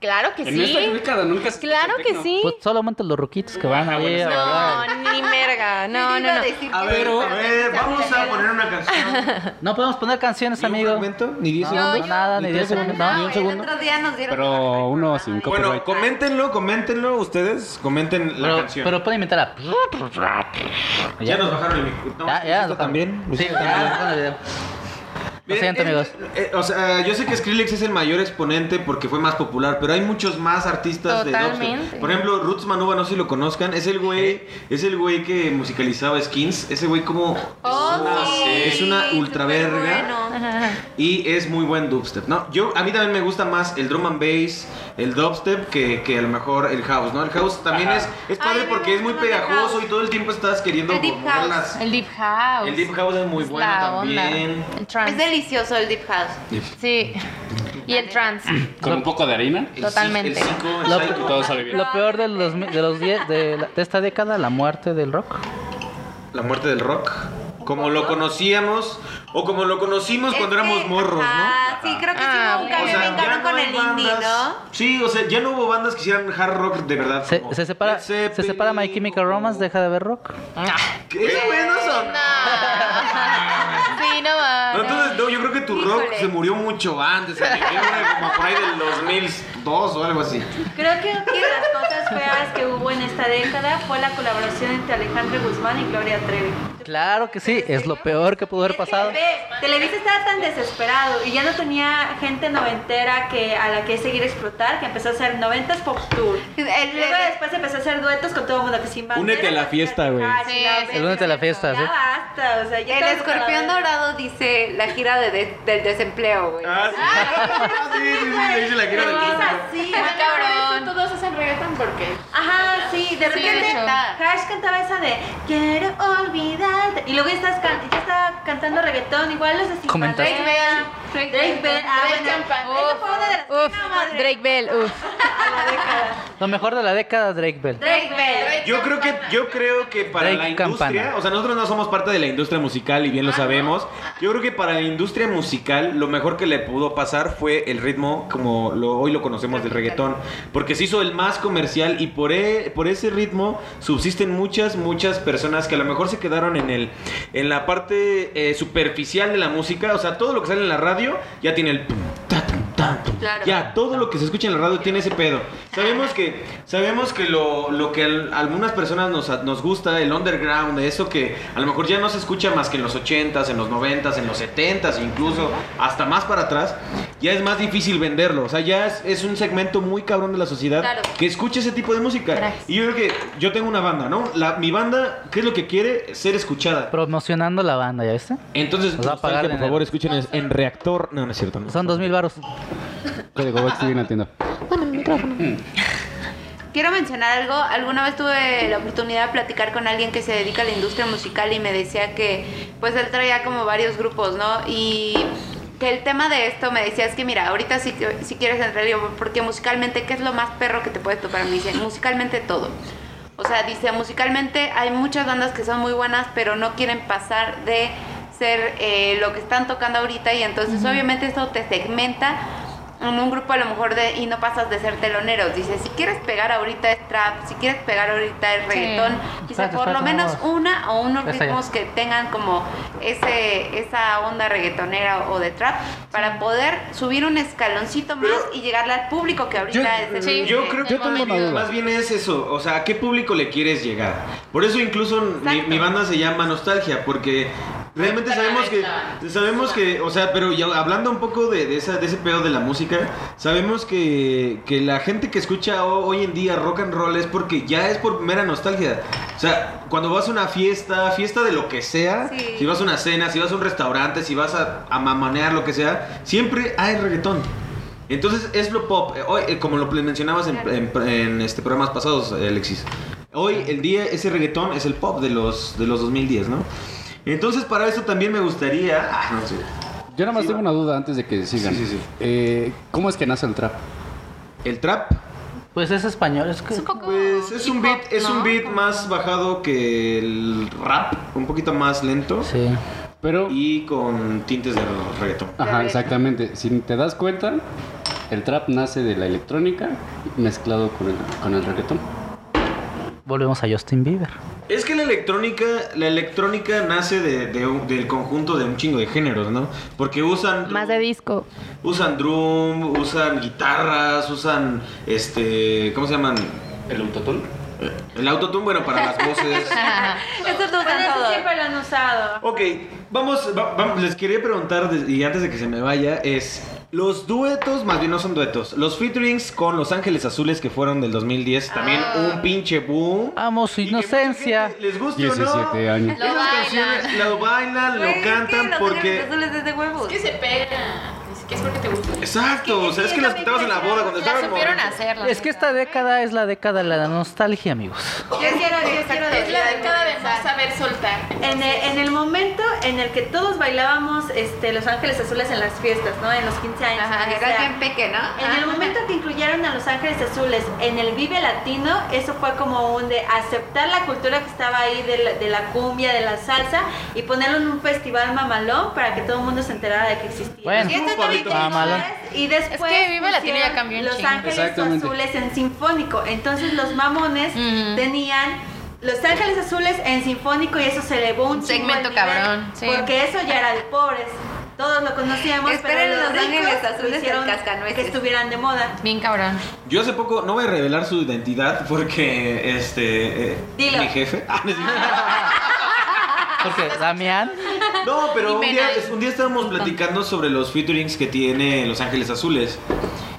Claro que En esta sí. década nunca se escucha Claro el que tecno. sí. Pues solamente los ruquitos que van Ah, ahí. bueno, a sí. bailar. No, ni merga. No, Iba no, a no. decir A que- ver, a ver, vamos a poner una *laughs* canción. No. podemos poner canciones, ¿Ni un amigo. fragmento? ¿Ni diez No, segundos? no, nada, ¿Ni ni tres diez segundos? segundos, No, no. el otro día nos dieron Pero uno sin Bueno, copyright. coméntenlo, coméntenlo ustedes, comenten la Pero, canción. pero pueden imitar a. ya nos bajaron el micrófono. No, Ya, es que ya, esto lo- también. Sí, Esto ya, también. ya, con el video. Lo Miren, siento, es- amigos. eh, o sea, yo sé que Skrillex es el mayor exponente porque fue más popular, pero hay muchos más artistas de Totalmente. dubstep. Por ejemplo, Roots Manuba, no sé si lo conozcan, es el güey, es el güey que musicalizaba Skins, ese güey como Oh, sí, es una ultra súper verga. bueno. y es muy buen dubstep, ¿no? Yo a mí también me gusta más el drum and bass, el dubstep que, que a lo mejor el house, ¿no? El house también es es Ay, padre me porque es muy gusta más el pegajoso house. y todo el tiempo estás queriendo El deep mover house. las- El deep house. El deep house es muy Es bueno la onda. también. El trance. Es delicioso el Deep House. Sí. Y el trance. *clears throat* Con un poco de harina. El Totalmente. ci- el cinco, el Lo- psycho. Todo sale bien. Lo peor de los, mi- de los diez- de, la- de esta década, la muerte del rock. La muerte del rock. Como lo conocíamos o como lo conocimos cuando éramos morros, ¿no? Ah, sí, creo que sí Ah, hubo un cambio bueno. *laughs* bien ya cabrón con hay el indie, bandas- ¿no? Sí, o sea, ya no hubo bandas que hicieran hard rock de verdad. Se, como se separa, Led se Zeppelin, separa My Chemical Romance, deja de ver rock. ¿Qué? ¿Esos güeyes no son? Ah. Sí, no va. No, entonces, no, yo creo que tu rock Híjole. se murió mucho antes, se murió, güey, como por ahí del 2002 o algo así. Creo que una de las cosas feas que hubo en esta década fue la colaboración entre Alejandro Guzmán y Gloria Trevi. Claro que sí, es lo peor que pudo haber pasado. Ve, Este Televisa estaba tan desesperado y ya no tenía gente noventera que, a la que seguir explotar que empezó a hacer noventas pop tour. El- Y Luego después empezó a hacer duetos con todo el mundo que sin bandera, Únete a la con fiesta, güey. Ay, Sí, la sí, verga. El únete a la fiesta, Ya ¿sí? basta, o sea, ya El estamos escorpión para la verga. dorado dice la gira de de- del desempleo, güey. Ah, sí. *laughs* sí, sí, sí, le hice la gira Pero del es rock. así, Bueno, por cabrón. eso todos hacen reggaeton porque... Ajá, sí, de de repente hecho. Hash cantaba esa de Quiero olvidarte y luego ya, estás can- ya está cantando reggaetón, igual los de Sin Comentaste. Bandera. Drake Bell. Drake Bell, ah, Drake bueno. Campa. Esa fue una de las Uf, no, madre, Drake *laughs* Bell, uf. de la década. Lo mejor de la década, Drake Bell. Drake Bell. Yo creo que yo creo que para Drake la industria, Campana. o sea, nosotros no somos parte de la industria musical y bien lo sabemos. Yo creo que para la industria musical lo mejor que le pudo pasar fue el ritmo como lo, hoy lo conocemos del reggaetón, porque se hizo el más comercial y por e- por ese ritmo subsisten muchas muchas personas que a lo mejor se quedaron en el en la parte eh, superficial de la música, o sea, todo lo que sale en la radio ya tiene el pum, ta, tum, ta, tum. Claro. Ya todo lo que se escucha en la radio tiene ese pedo. Sabemos que, sabemos que lo, lo que al- algunas personas nos, nos gusta, el underground, eso que a lo mejor ya no se escucha más que en los 80s, en los 90s, en los 70s, incluso hasta más para atrás, ya es más difícil venderlo. O sea, ya es, es un segmento muy cabrón de la sociedad Claro. que escucha ese tipo de música. Gracias. Y yo creo que yo tengo una banda, ¿no? La, mi banda, ¿qué es lo que quiere? Ser escuchada. Promocionando la banda, ¿ya viste? Entonces, Nos va a pagar nostalgia, por dinero. favor, escuchen en- en reactor. No, no es cierto. No. Son dos mil baros. Código Box sigue en la tienda. Quiero mencionar algo. Alguna vez tuve la oportunidad de platicar con alguien que se dedica a la industria musical y me decía que, pues, él traía como varios grupos, ¿no? Y que el tema de esto me decía es que, mira, ahorita si, si quieres entrar, yo, porque musicalmente, ¿qué es lo más perro que te puedes topar? Me dice, musicalmente todo. O sea, dice, musicalmente hay muchas bandas que son muy buenas, pero no quieren pasar de ser eh, lo que están tocando ahorita y entonces obviamente esto te segmenta en un grupo a lo mejor de, y no pasas de ser teloneros. Dice, si quieres pegar ahorita es trap, si quieres pegar ahorita es reggaetón, dice, Espérate, por lo espérate, menos vamos. una o unos Esa ya. ritmos que tengan como ese, esa onda reggaetonera o de trap para poder subir un escaloncito más y llegarle al público que ahorita es el Sí. Yo creo que Yo tengo una duda. más bien es eso, o sea, ¿a qué público le quieres llegar? Por eso incluso mi, mi banda se llama Nostalgia, porque Realmente sabemos que, sabemos que, o sea, pero ya hablando un poco de, de esa, de ese pedo de la música, sabemos que, que la gente que escucha ho- hoy en día rock and roll es porque ya es por mera nostalgia. O sea, cuando vas a una fiesta, fiesta de lo que sea, Sí. si vas a una cena, si vas a un restaurante, si vas a, a mamanear, lo que sea, siempre hay reggaetón. Entonces es lo pop, Eh, hoy, eh, como lo pl- mencionabas en, en- en, este programas pasados, Alexis. Hoy el día, ese reggaetón es el pop de los, de los 2010, ¿no? Entonces, para eso también me gustaría. Ah, no sé. Yo nada más tengo una duda antes de que sigan. Sí, sí, sí. Eh, ¿Cómo es que nace el trap? El trap. Pues es español, es que... Es un poco Pues es un hip beat, hop, es ¿no? un beat más bajado que el rap, un poquito más lento Sí. Pero, y con tintes de reggaetón. ajá, exactamente. Si te das cuenta, el trap nace de la electrónica mezclado con el, con el reggaetón. Volvemos a Justin Bieber. Es que la electrónica, la electrónica nace de- de un- del conjunto de un chingo de géneros, ¿no? Porque usan Más de *laughs* disco. usan drum, usan guitarras, usan este, ¿cómo se llaman? Eh, ¿El autotune? El autotune, bueno, para las *laughs* voces. Estos dos Pero eso todo. siempre lo han usado. Ok, vamos, va- vamos, les quería preguntar, des- y antes de que se me vaya, es los duetos, más bien no son duetos, los featurings con Los Ángeles Azules que fueron del 2010, también Ah. un pinche boom. Amo su Y que mucha inocencia. gente Les gusta 17 años. Lo bailan. lo bailan, Güey, es lo que cantan los porque... Ángeles Azules es de huevos. Es que se pega. Es que es porque te gusta. Exacto, o sea, es que las cantabas en la boda cuando La estaban supieron morritos. hacer. la Es que neta. esta década es la década de la nostalgia, amigos. Yo quiero, yo quiero Es la decir década de algo. no saber soltar. En el, en el momento en el que todos bailábamos este, Los Ángeles Azules en las fiestas, ¿no? En los 15 años. Ajá, lo que era sea. bien peque, ¿no? En el momento que incluyeron a Los Ángeles Azules en el Vive Latino, eso fue como un de aceptar la cultura que estaba ahí de la, de la cumbia, de la salsa y ponerlo en un festival mamalón para que todo el mundo se enterara de que existía. este Bueno, Y esto también Ah, mamalón. Y después Es que Vive Latino ya pusieron cambió un Los chingo. Ángeles Exactamente. Azules en sinfónico. Entonces los mamones Ujú. tenían Los Ángeles Azules en sinfónico y eso se elevó un chingo Segmento el nivel, cabrón, sí. Porque eso ya era de pobres. Todos lo conocíamos, Esperen pero los, Los Ángeles ricos lo Azules del hicieron Cascanueces. que estuvieran de moda. Bien cabrón. Yo hace poco, no voy a revelar su identidad porque, este, eh, Dilo. Ah. mi jefe... *laughs* Porque Damián, No, pero un día, un día estábamos platicando sobre los featurings que tiene Los Ángeles Azules.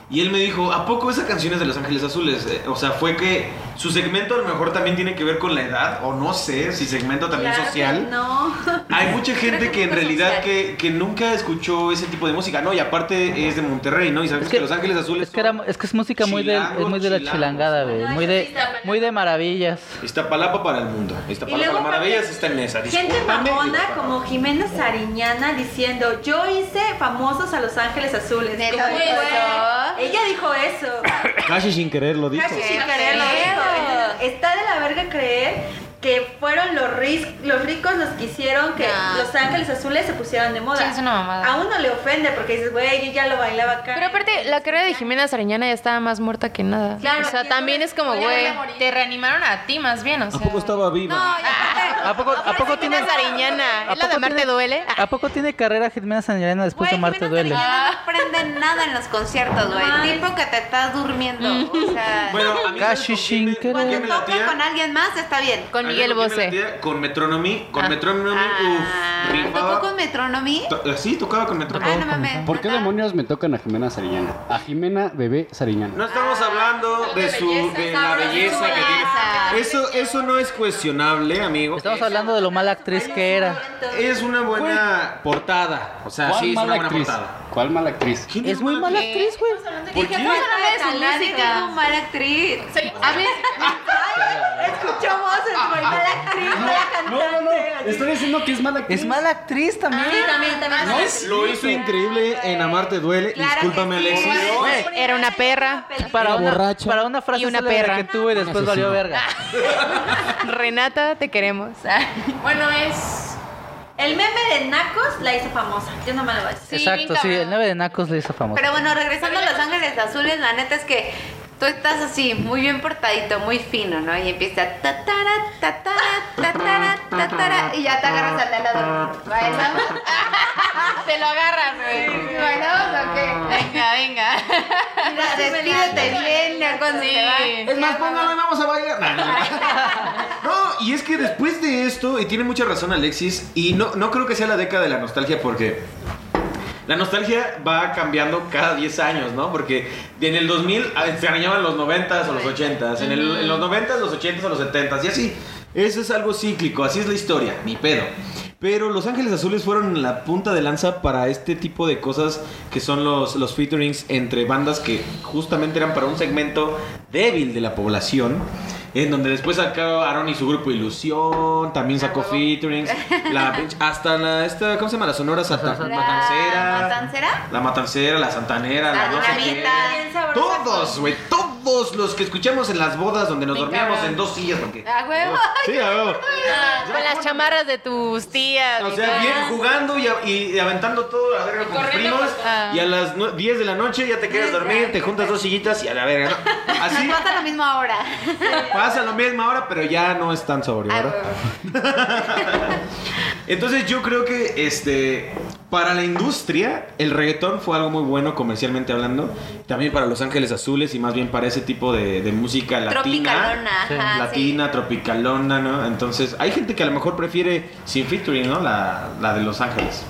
Y él me dijo, ¿a poco esa canción es de Los Ángeles Azules? Eh, O sea, fue que su segmento a lo mejor también tiene que ver con la edad, o no sé, si segmento también Claro que social. No. Hay mucha gente que en realidad que, que nunca escuchó ese tipo de música, ¿no? Y aparte es de Monterrey, ¿no? Y sabemos Es que, que- Los Ángeles Azules es que, era, son es que es música muy de, Chilangos, es muy de la chilangos. chilangada, güey. Muy de, muy de maravillas. Iztapalapa para el mundo. Y Iztapalapa luego para maravillas aparte, está en esa. Gente discúlpame, mamona Iztapalapa. como Jimena Sariñana diciendo, yo hice famosos a Los Ángeles Azules. Neta, Como, dijo güey, yo. Ella dijo eso. Casi sin querer lo dijo. Casi sin No querer lo creo. dijo. Entonces, Está de la verga creer que fueron los, ris- los ricos los que hicieron que No. Los Ángeles Azules se pusieran de moda. Sí, es una mamada. A uno le ofende porque dices, güey, yo ya lo bailaba acá. Pero aparte, la carrera de Jimena Sariñana ya estaba más muerta que nada. Claro, o sea, ¿quién también no- es como, quién no güey. va a morir? Te reanimaron a ti más bien, o sea. viva? No, y aparte- ¿A poco, a poco tiene, Jimena Sariñana. ¿Es la de Marte tiene- Ah, duele? *laughs* ¿A poco tiene carrera Jimena Sariñana después Güey, de Marte Jimena duele? Sariñana Ah, No aprenden nada en los conciertos, güey. No mames. Tipo que te estás durmiendo. O sea, Bueno, a mí Casi ¿sabes con quién me- sin querer. con cuando quién me toca latía? con alguien más está bien. Con Ayer Miguel con quién me Bosé. latía? Con Metronomy. Con Ah. Metronomy, Ah, uff, ¿Tocó rifaba. con Metronomy? To- eh, Sí, tocaba con Ah, Metronomy. no mames. ¿Por qué ¿Neta? demonios me tocan a Jimena Sariñana? A Jimena Bebé Sariñana. No estamos hablando de su de la belleza que belleza. tiene. Eso eso no es cuestionable, amigo. Estamos hablando de lo mala actriz que era. Es una buena portada, o sea, sí es una buena portada. ¿Cuál mala actriz? ¿Quién Es muy mala actriz, güey. ¿Por qué? Nadie dijo mala actriz. A ver, Escuchó voces, güey, mala actriz, mala cantante. Estoy diciendo que es mala actriz. Es mala actriz también. Sí, también, también. No, Ah, Lo hizo increíble en Amarte duele. Claro Discúlpame, que sí. Alexis. Güey, Era una perra. para, Era una, borracha. para una frase Y una célebre perra. que tuve y después Asesina. valió verga. Renata, te queremos. Ah, Bueno, es. El meme de Nacos la hizo famosa. Yo no me lo voy a *laughs* decir. Sí, Exacto, bien sí, el cabrón. 9 de Nacos le hizo famoso. Pero bueno, regresando a Los Ángeles Azules, la neta es que tú estás así, muy bien portadito, muy fino, ¿no? Y empieza tatara, tatara, tatara, tatara, y ya te agarras al de al lado. ¿Bailamos? te lo agarras, güey. ¿Bailamos o qué? Venga, venga. Mira, despídete bien, ya cuando Sí. se va. Es más, póngalo y vamos a bailar. No, no, no. *laughs* No, y es que después de esto, y tiene mucha razón Alexis, y no, no creo que sea la década de la nostalgia porque la nostalgia va cambiando cada 10 años, ¿no? Porque en el 2000 se arañaban los 90s o los 80s, en, el- en los 90s, los 80s o los 70s, y así. Eso es algo cíclico, así es la historia, ni pedo. Pero Los Ángeles Azules fueron la punta de lanza para este tipo de cosas que son los, los featurings entre bandas que justamente eran para un segmento débil de la población. En donde después sacó Aaron y su grupo Ilusión, también Ah, sacó featurings, la pinche- hasta la, esta, ¿cómo se llama? La Sonora Satan- Matancera. ¿Matancera? La Matancera, la Santanera, la La no sé Dinamita. Bien qué. sabrosa. pues. Todos, güey, todos los que escuchamos en las bodas donde nos Sí, dormíamos cabrón. en dos sillas, porque. Ah, huevo. Sí, a huevo. Ah, Con las chamarras de tus tías. O y sea, todo. bien jugando y, a- y aventando todo a la verga con tus corriendo primos. con- Ah. Y a las nue- 10 de la noche ya te quieres dormir, te juntas dos sillitas y a la verga. ¿no? Así Pasa lo mismo ahora. pasa lo mismo ahora, pero ya no es tan sobrio, Ah, ¿verdad? huevo. *laughs* Entonces yo creo que este para la industria el reggaetón fue algo muy bueno comercialmente hablando, también para Los Ángeles Azules y más bien para ese tipo de, de música latina, Tropicalona, ajá, latina, tropicalona, ¿no? Entonces hay gente que a lo mejor prefiere sin featuring, ¿no? La, la de Los Ángeles.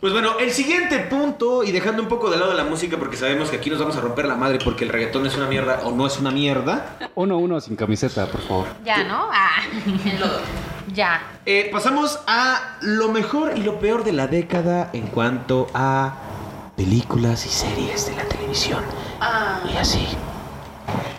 Pues bueno, el siguiente punto, y dejando un poco de lado la música, porque sabemos que aquí nos vamos a romper la madre porque el reggaetón es una mierda o no es una mierda. Uno, uno sin camiseta, por favor. Ya, ¿no? *laughs* Ah. ya. Eh, pasamos a lo mejor y lo peor de la década en cuanto a películas y series de la televisión. Ah. Y así.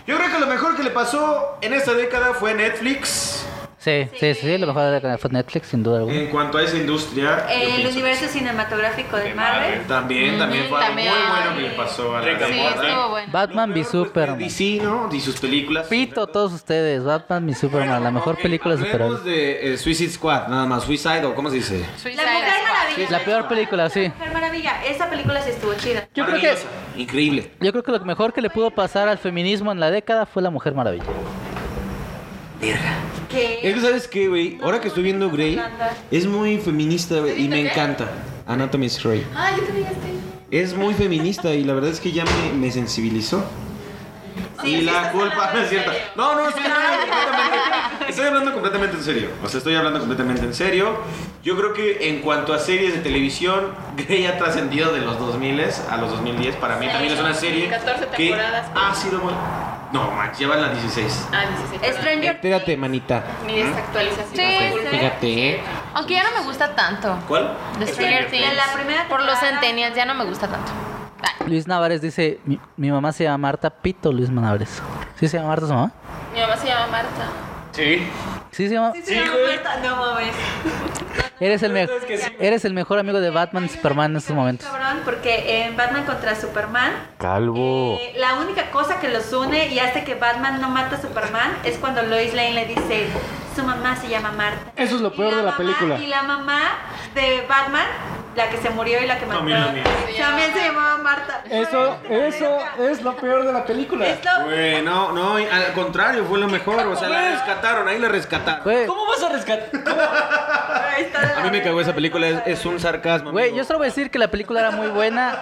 Yo creo que lo mejor que le pasó en esta década fue Netflix. Sí, sí, sí, lo mejor de la década fue Netflix, sin duda alguna. En cuanto a esa industria, yo El pienso universo cinematográfico de De Marvel. Marvel. también, también fue algo también. muy bueno que le pasó a la Rick and Sí, década. Morty. estuvo bueno. Batman Lo v peor, pues, fue Superman. DC, ¿no? Y sus películas. Pito todos ustedes, Batman v Superman, la mejor Ok, película de hablemos superhéroes. de eh, Suicide Squad, nada más. Suicide o cómo se dice. La Mujer Maravilla. La peor película, sí. La Mujer Maravilla. Esa película sí estuvo chida. Yo creo que Maravillosa, Increíble. yo creo que lo mejor que le pudo pasar al feminismo en la década fue La Mujer Maravilla. Es que, ¿sabes qué, güey? Ahora que estoy viendo Grey, es muy feminista güey, y me encanta. Anatomy of Grey. Ah, yo también estoy. Es muy feminista y la verdad es que ya me, me sensibilizó. y la culpa *laughs* no es cierta. No, no, estoy hablando completamente. Estoy hablando completamente en serio. O sea, estoy hablando completamente en serio. Yo creo que en cuanto a series de televisión, Grey ha trascendido de los 2000 a los 2010. Para mí también es una serie 14 que Ah, temporadas. ha sido muy... No, man, llevan las 16. Ah, sí, sí, sí. Stranger Espérate, manita. Mi desactualización. Sí, Culpa. Fíjate, ¿eh? Aunque ya no me gusta tanto. ¿Cuál? The Stranger Things. De la primera Por los temporada. centennials ya no me gusta tanto. Luis Navares dice, mi, mi mamá se llama Marta Pito Luis Navares. ¿Sí se llama Marta su mamá? Mi mamá se llama Marta. Sí. Sí se llama. Sí, Roberto. No mames. Eres el, me- eres el mejor amigo de Batman y Superman en estos momentos. Cabrón, porque en Batman contra Superman, Calvo. eh, la única cosa que los une y hace que Batman no mata a Superman es cuando Lois Lane le dice, su mamá se llama Marta. Eso es lo Y peor de la mamá- película. Y la mamá de Batman, la que se murió y la que mató, mira, mira. también se llamaba Marta. Eso, eso eh. es lo peor de la película. Es lo- Güey, no, no, al contrario, fue lo mejor. O sea, la rescataron, ahí la rescataron. Güey, vas a rescatar? ahí está la- A mí me cagó esa película, es, es un sarcasmo. güey, amigo. yo solo voy a decir que la película era muy buena.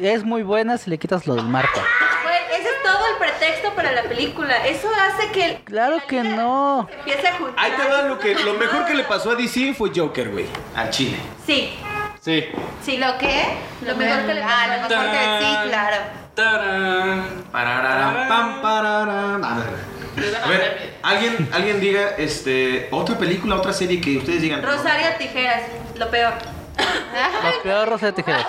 Es muy buena si le quitas lo del Marta. Güey, ese es todo el pretexto para la película. Eso hace que... el- Claro la que liga no. se Empiece a juntar. Ahí te va lo que lo mejor que le pasó a DC fue Joker, güey. Al Chile. Sí, Sí. sí. ¿Lo qué? Lo mejor que le pasó Ah, a lo mejor que sí, claro. Tarán. Parararán, pam, pararán. A ver. A ver, alguien, alguien diga, este, otra película, otra serie que ustedes digan. Rosario Tijeras, lo peor. La peor rosa de tijeras.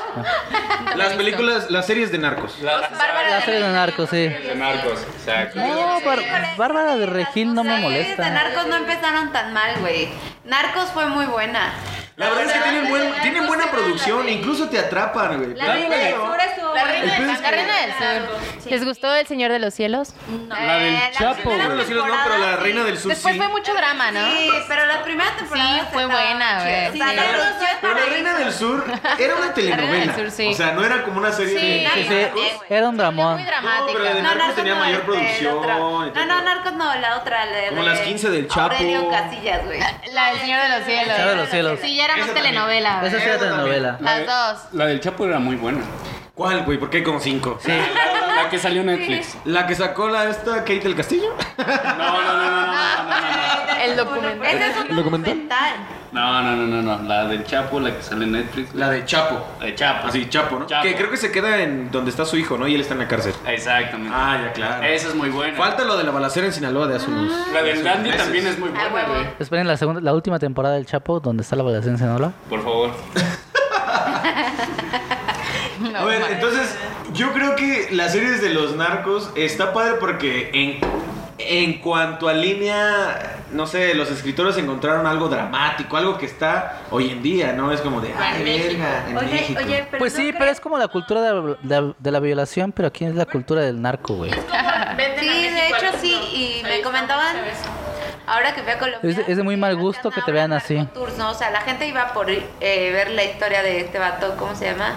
Las películas, las series de narcos. Bárbara La de serie de narcos, sí. De narcos. Exacto. No, Bar- Bárbara de Regil no me Series de molesta. Narcos no empezaron tan mal, güey. Narcos fue muy buena. La verdad es que tienen, buen- tienen buena producción, incluso te atrapan, güey. La Reina del Sur estuvo La buena. reina El del pedo es La Sur. Reina del Sur. ¿Les gustó El Señor de los Cielos? No. La del Eh, Chapo, primera No, los cielos no, pero la temporada, reina sí. del sur Después sí. fue mucho drama, ¿no? Sí, pero la primera temporada Sí, fue estaba buena, chida. güey. Sí, Sí. la producción Pero la para reina eso. del *laughs* sur era una telenovela. Sur, sí. O sea, no era como una serie de. Sí, Sí, sí, era un dramón. Muy dramática. pero de- No, Narcos Narcos tenía no, mayor este, producción la otra. y todo. No, no, Narcos no, la otra. La de Como las 15 del Chapo. Aurelio Casillas, güey. La del Señor de los Cielos. Señor de los Cielos. Sí, ya era más Esa también. telenovela. Esa güey. sí era telenovela. Las de- dos. La del Chapo era muy buena. ¿Cuál, güey? ¿Por qué hay como cinco? La que salió en Netflix. La que sacó la esta Kate del Castillo. No, no, no, no, no, no, no, no, El Ese documental. es un ¿El documental? documental. No, no, no, no, no. La del Chapo, la que sale en Netflix. La de Chapo. La de Chapo. Así, Chapo, ¿no? Ah, Chapo. Que creo que se queda en donde está su hijo, ¿no? Y él está en la cárcel. Exactamente. Ah, ya, claro. Esa es muy buena. Falta lo de la balacera en Sinaloa de hace unos... La hace del unos Dandy meses. también es muy buena, güey. Esperen la segunda, la última temporada del Chapo, donde está la evaluación Sinaloa. Por favor. A ver, entonces, yo creo que las series de los narcos está padre porque en, en cuanto a línea, no sé, los escritores encontraron algo dramático, algo que está hoy en día, ¿no? Es como de, ay, verga, en Oye, México. oye, pero Pues no sí, creo- pero es como la cultura de, de- de la violación, pero aquí es la cultura del narco, güey. Sí, de hecho sí, y me comentaban ahora que fui a Colombia. Es, es de muy mal gusto que te vean así. Tours, ¿no? O sea, la gente iba por eh, ver la historia de este vato, ¿cómo se llama?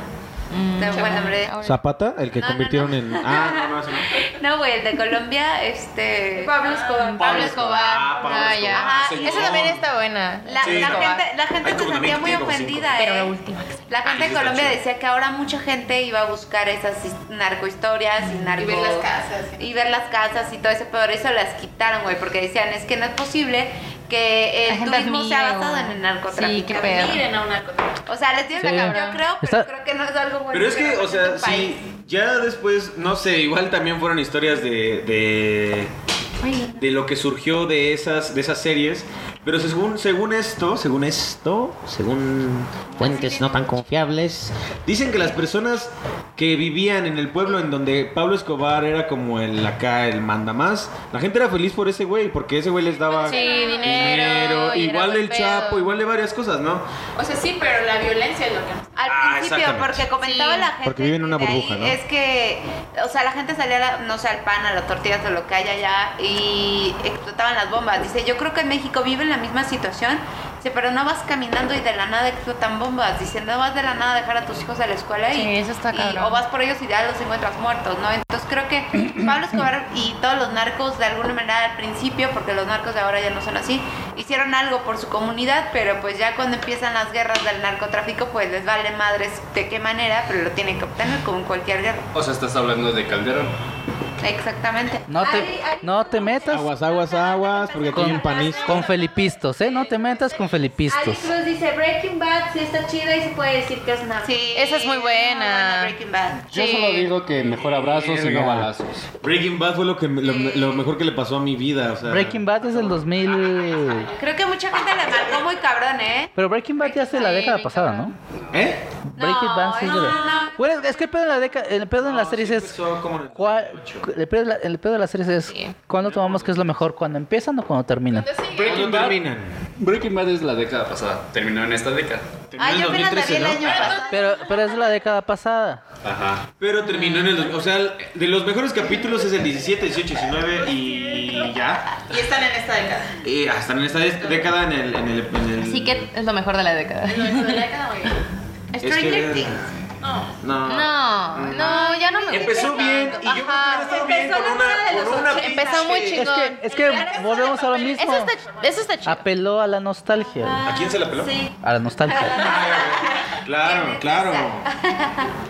Mm, Tengo buen nombre. Zapata, el que No, no, convirtieron no. en. Ah, No, no, eso no. No, güey, el de Colombia, este... Pablo Escobar. Pablo Escobar. Ah, Pablo Ah, Escobar, ya. Ajá, señor. Esa también está buena. La, Sí, la no. gente, la gente Ay, se como sentía no, muy 20, no, ofendida, Pero la ¿eh? última. La gente Ahí en está Colombia chido. decía que ahora mucha gente iba a buscar esas his- narcohistorias y narco... Y ver las casas, sí. Y ver las casas y todo eso, por eso las quitaron, güey, porque decían, es que no es posible que La el gente turismo sea admire, basado en güey. el narcotráfico. Sí, qué pedo. Miren a un narcotráfico. O sea, le tienen Sí. la cabrón, yo creo, pero Está- creo que no es algo bueno. Pero es que, o sea, este representa un país. sí, ya después, no sé, igual también fueron historias de, de, de lo que surgió de esas, de esas series. Pero según, según esto, según esto, según fuentes no tan confiables, dicen que las personas que vivían en el pueblo en donde Pablo Escobar era como el acá, el mandamás, la gente era feliz por ese güey, porque ese güey les daba Sí, dinero, y era igual del buen pedo. Chapo, igual de varias cosas, ¿no? O sea, sí, pero la violencia es lo que nos... Al Ah, principio, exactamente. porque comentaba Sí. la gente. Porque vive en una de ahí, burbuja, ¿no? Es que, o sea, la gente salía, a la- no sé, al pan, a las tortillas o lo que haya allá y explotaban las bombas. Dice, yo creo que en México viven la misma situación. Dice, pero no vas caminando y de la nada explotan bombas. Dice, no vas de la nada a dejar a tus hijos a la escuela y. Sí, eso está y- cabrón. o vas por ellos y ya los encuentras muertos, ¿no? Entonces creo *clears throat* que Pablo Escobar y todos los narcos, de alguna manera al principio, porque los narcos de ahora ya no son así, hicieron algo por su comunidad, pero pues ya cuando empiezan las guerras del narcotráfico, pues les vale madres de qué manera, pero lo tienen que obtener como en cualquier guerra. *laughs* O sea, estás hablando de Calderón. Exactamente. No te, no te metas aguas, aguas, aguas, porque aquí hay un panís. con felipistos, ¿eh? No te metas con Ali felipistos. Cruz dice Breaking Bad sí está chida y se puede decir que es una. Sí, Esa es muy buena. Breaking Bad. Yo Sí. solo digo que mejor abrazos y no Verga. balazos. Breaking Bad fue lo, que, me- lo, lo mejor que le pasó a mi vida, o sea. Breaking Bad es del 2000. Creo que mucha gente le marcó muy cabrón, ¿eh? Pero Breaking Bad ya es de la Sí, década mi pasada, ¿no? cabrón. ¿Eh? Breaking No, Bad sí es de no, la- no. Bueno, es que el pedo de la década, el pedo en las series sí es empezó como en el cuál- el pedo de la- el pedo de las series es cuándo tomamos que es lo mejor, cuando empiezan o cuando terminan. Breaking ¿Cuándo Bad. terminan? Breaking Bad es la década pasada. Terminó en esta década. Terminó Ay, en Ah, yo apenas la vi 2013, el ¿no? año pasado. Pero pero es de la década pasada. Ajá. Pero terminó en el. dos- O sea, de los mejores capítulos es el 17, 18, 19 y ya. Y están en esta década. Y hasta en esta des- década en el. En el, en el- Así que es lo mejor de la década. Lo de la década, güey. Es que- Stranger Things. No. No. *laughs* No, no, ya no me Empezó gusta bien tanto. y yo creo que hubiera Ajá. estado bien con una. Con una Empezó muy pinche- chingón. Es que es que volvemos a lo mismo. Eso está, eso está chido. Apeló a la nostalgia, güey. ¿A quién se la peló? Sí. a la nostalgia. Claro, claro.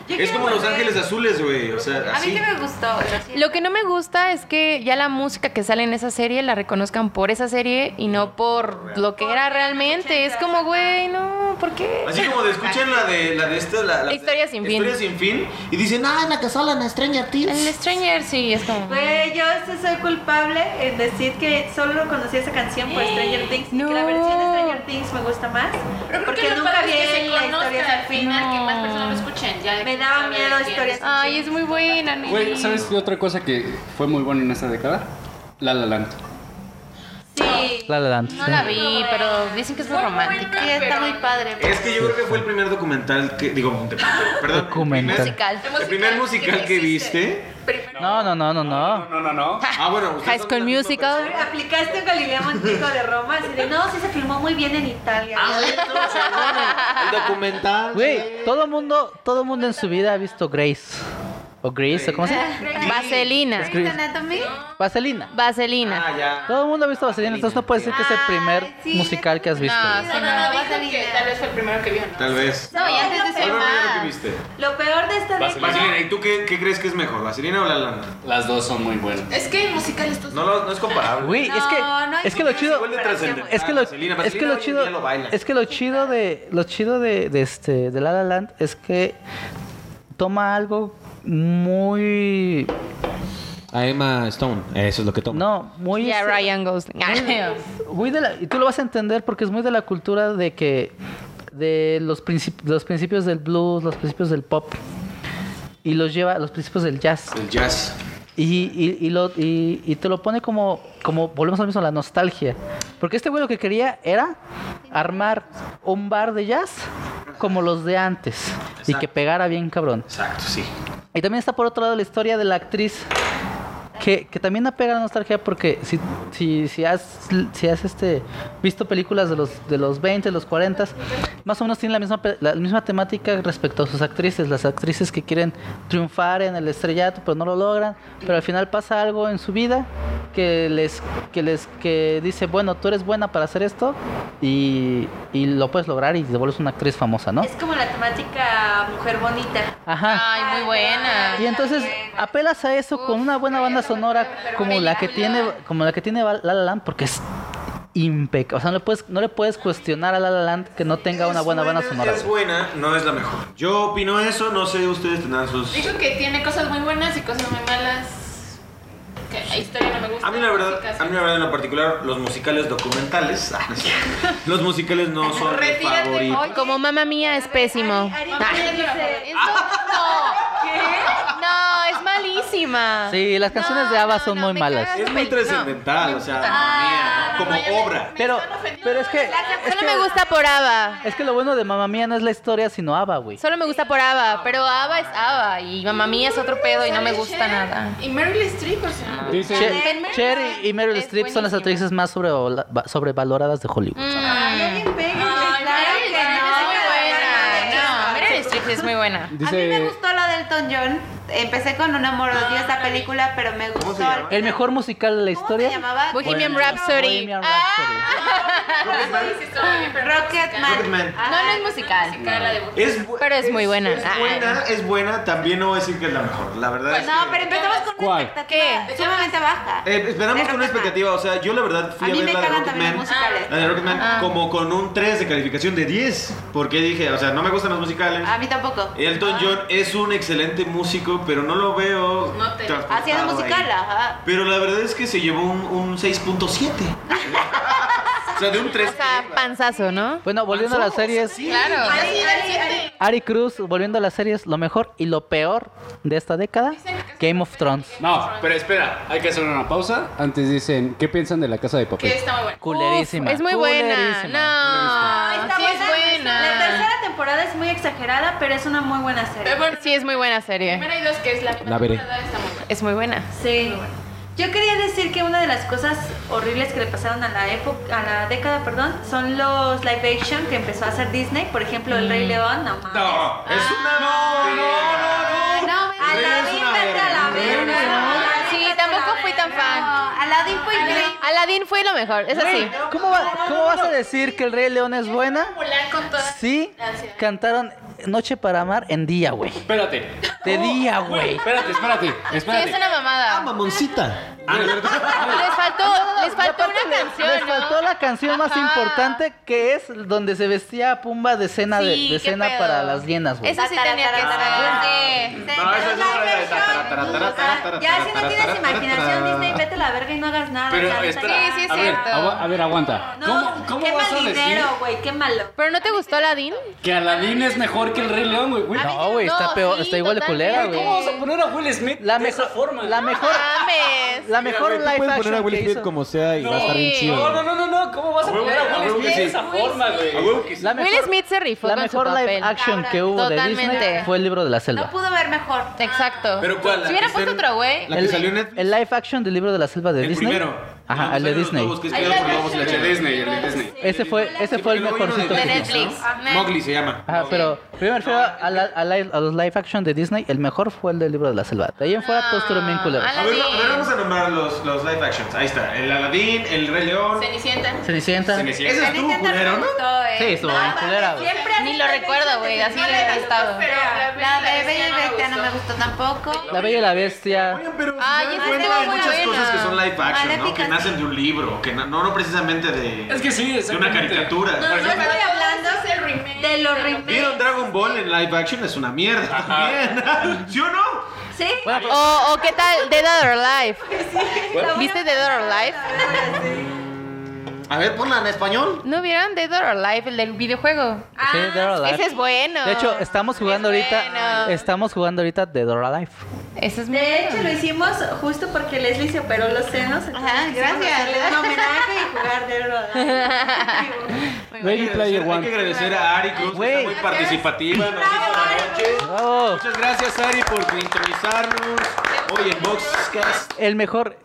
Yo Es quiero como Los volver. Ángeles Azules, güey. O sea, A mí así. que me gustó. lo siento. Lo que no me gusta es que ya la música que sale en esa serie la reconozcan por esa serie y no por lo que era realmente. Es como, güey, no, ¿por qué? Así como de escuchan la de la de esta, la, la- Historia sin fin. Historia sin fin. Y dicen, ah, la que sale en Stranger El Things. Stranger sí, es como... Güey, yo este soy culpable en decir que solo conocí esa canción por Eh, Stranger Things y que la No. versión de Stranger Things me gusta más. Pero creo porque que lo nunca padre vi es que se la conozcan historia. al final, que más personas lo escuchen. Ya Me daba saber miedo quién historias. es. Ay, es muy buena, nene. Güey, ¿sabes qué otra cosa que fue muy buena en esta década? La La Land. Sí. La la Land, No sí. la vi, pero dicen que es muy romántica. Sí, está muy padre. Es que yo creo que fue el primer documental que. Digo, de- perdón. Documental. el primer- Musical. El primer musical que viste. No, no, no, no, no. No, no, no. Ah, bueno. ustedes *laughs* High son de School la misma Musical. Aplicaste un Galilea Montijo de Roma así de no, sí se filmó muy bien en Italia. *laughs* persona. El documental. Güey, todo mundo, todo mundo en su vida ha visto Grace. O Grease, o ¿cómo se llama? Vaselina. Grey's Anatomy. Vaselina. Vaselina. ya. Todo el mundo ha visto Vaselina, entonces no puede ser que es el primer musical que has visto. No, no, No, no, dijo que tal vez fue el primero que vio, ¿no? Tal vez. No, y antes de ¿Cuál ser fue lo primero más. que viste? Lo peor de este esta Vaselina. década. ¿y tú qué, qué crees que es mejor, Vaselina o La La Land? Las dos son muy buenas. Es que musicales tú... No, lo- no es comparable. Güey, es que, es que lo chido, es que Ah, lo, es que lo chido, es que lo chido de, lo chido de, de este, de La La Land es que toma algo muy, A Emma Stone, eso es lo que toma. no, muy, Y a este, Ryan Gosling. muy de la- y tú lo vas a entender porque es muy de la cultura de que, de los, princip- los principios del blues, los principios del pop y los lleva, los principios del jazz. El jazz. Y, y, y lo, y, y te lo pone como, como, volvemos al mismo, la nostalgia. Porque este güey lo que quería era armar un bar de jazz como los de antes. Y que pegara bien cabrón. Exacto, sí. Y también está por otro lado la historia de la actriz. Que, que también apega a la nostalgia porque si, si, si has, si has este, visto películas de los, de los 20, los 40, más o menos tienen la misma, pe- la misma temática respecto a sus actrices. Las actrices que quieren triunfar en el estrellato pero no lo logran, pero al final pasa algo en su vida que les, que les que dice, bueno, tú eres buena para hacer esto y, y lo puedes lograr y te vuelves una actriz famosa, ¿no? Es como la temática mujer bonita. Ajá. Ay, muy buena. Y entonces apelas a eso con una buena banda sonora como la que tiene como la que tiene La La Land porque es impecable. O sea, no le puedes no le puedes cuestionar a La La Land que no tenga una buena banda sonora. Es buena, no es la mejor. Yo opino eso, no sé, ustedes tendrán sus... Dijo que tiene cosas muy buenas y cosas muy malas. Que la historia no me gusta. A mí la verdad, músicas. ¿eh? a mí la verdad en lo particular, los musicales documentales, ah, no es cierto. los musicales no son mis Retírate, favoritos. Como mamá mía es pésimo. Mamá Mía es la favorita. Eso no. No, es malísima. Sí, las canciones de ABBA son muy malas. Es muy trascendental, o sea, Ah, mía, como obra. Pero pero es que es Solo que, me gusta por Ava. es que lo bueno de Mamá Mía no es la historia, sino ABBA, güey. Solo me gusta por Ava, pero Ava es Ava y mamá mía es otro pedo y no me gusta nada. Y Meryl Streep, o sea. Dice, Cher, Cher y- y Meryl Streep son las actrices más sobrevala- va- sobrevaloradas de Hollywood. Mm. Ay, no me pegues, claro Meryl que Streep no. es muy buena. No, Meryl Streep es muy buena. A mí me dice, gustó la del Elton John. Empecé con un amor odio esta película, pero me gustó. se llama? El mejor musical de la ¿Cómo se historia. llamaba? Bohemian Bohemian Rhapsody. Bohemian Ah, Rhapsody. Rocketman. Rocketman. Ajá. Ah, no, no es musical. La de Bohemian. Es bu- Pero es muy buena. Es Ah. buena, es buena, también no voy a decir que es la mejor, la verdad es Pues No, que- pero empezamos con una ¿Cuál? expectativa sumamente baja. Eh, esperamos De con una Rocketman. expectativa, o sea, yo la verdad fui A a, mí ver me la de cagan también Ah. los Rocketman, Ah, musicales. la de Rocketman como con un 3 de calificación de 10, porque dije, o sea, no me gustan los musicales. A mí tampoco. Elton John es un excelente músico, pero no lo veo No te- transportado Haciendo Ah, musical, ahí. ajá. Pero la verdad es que se llevó un, un 6.7. o sea, de un 3. O sea, panzazo, ¿no? Bueno, volviendo a las series. Claro. Ari Cruz, volviendo a las series, lo mejor y lo peor de esta década, Game of Thrones. no, Pero espera, hay que hacer una pausa. antes dicen, ¿qué piensan de la casa de papel? Que está muy buena. Culerísima. Uf, es muy buena. culerísima. No. Está Ah, Sí es La buena. tercera temporada es muy exagerada, pero es una muy buena serie. Pero bueno, Sí es muy buena serie. primera y dos, que es la misma La veré. temporada, está muy buena. Es muy buena. Sí. Yo quería decir que una de las cosas horribles que le pasaron a la época, a la década, perdón, son los live action que empezó a hacer Disney. Por ejemplo, El Rey León, no mames. No, es una no, no, no, no. No, Aladdin, vete a la verga. Aladdin, Sí, vete a tampoco la fui tan verga. fan. No, Aladdin fue increíble. Aladdin fue lo mejor, es así. ¿Cómo, va- cómo vas a decir que el Rey León es buena? Mulan con todas. Sí, cantaron Noche para Amar en día, güey. Espérate. Oh. De día, güey. Espérate, espérate, Sí, es espérate. Ah, una mamada. Mamoncita. *laughs* Les faltó, les Y aparte faltó una le- canción, Les ¿no? faltó la canción más Ajá. importante que es donde se vestía Pumba de cena, de, Sí, de qué cena pedo. para las hienas, güey. Esa sí tenía que ser. Sí. No, esa es Live otra de- action. O sea, Ya si no tienes imaginación, Disney, vete a la verga y no hagas nada. Pero o sea, neta, espera, Sí, sí, es a ver, cierto. Agua- a ver, aguanta. No, ¿Cómo- cómo qué vas mal a decir? dinero, güey, qué malo. ¿Pero no te gustó Aladdin? Que Aladdin es mejor que el Rey León, güey. güey. No, güey, está No, peor, sí, está igual de culera, totalmente. güey. ¿Cómo vas a poner a Will Smith La de mejor, esa forma? la mejor, Mames. la mejor Tú live puedes action poner a Will que Smith hizo- como sea y va a estar bien Sí. chido. No, no, no, no, no, ¿cómo vas a poner a Will Smith de esa forma, güey? La Will mejor, Smith se rifó la con su mejor live papel. action que hubo de Totalmente. Disney fue el libro de la No selva. pudo ver mejor. Exacto. Pero ¿cuál? Si hubiera ¿La que puesto está en- otro güey. La que salió en Netflix. El live action del libro de la selva de El Disney primero. Ajá, el de Disney. El de Disney, el de Disney. Ese fue, ese fue el mejorcito. que tiene. Mowgli se llama. Ajá, pero yo me refiero a, la- a la- a los live action de Disney. El mejor fue el del libro de la selva. De ahí en fuera todos estuvieron bien culeros. A ver, a ver, vamos a nombrar los, los live actions. Ahí está. El Aladdin, el Rey León. Cenicienta. Cenicienta. Ese estuvo culero, ¿no? eh. Sí, estuvo bien culera, güey. Ni lo recuerdo, güey, así de estado. pero la Bella y La la de Bella Bestia y no me Bestia no me gustó tampoco. La Bella y la Bestia. Ay, esa Bueno, hay estuvo muy muchas cosas que son buena. live action, ¿no? Maléfica, Que nacen de un libro, que na- no, no precisamente de, Es que sí, de una exactamente. caricatura. No, Por yo ejemplo, estoy hablando del remake. De los ¿Vieron remakes. Dragon Ball en live action? Es una mierda también. *laughs* ¿Sí o no? Sí. O, o Oh, qué tal Dead or Alive. ¿Viste Dead or Alive? A ver, ponla en español. ¿No vieron Dead or Alive, el del videojuego? Ah, Sí, Dead or Alive. Ah, Ese es bueno. De hecho, estamos jugando Es ahorita. bueno. Estamos jugando ahorita de Dora Life. Ese es De hecho, lo bueno. hicimos justo porque Leslie se operó los senos. entonces Ajá, quisimos gracias. hacerle un homenaje y jugar de roda. *laughs* Ready Player Hay que One. agradecer a Ari Cruz, que está muy participativa. Nos hizo la noche. Oh. ¡Bravo! Muchas gracias, Ari, por sintonizarnos hoy en Boxcast. El mejor,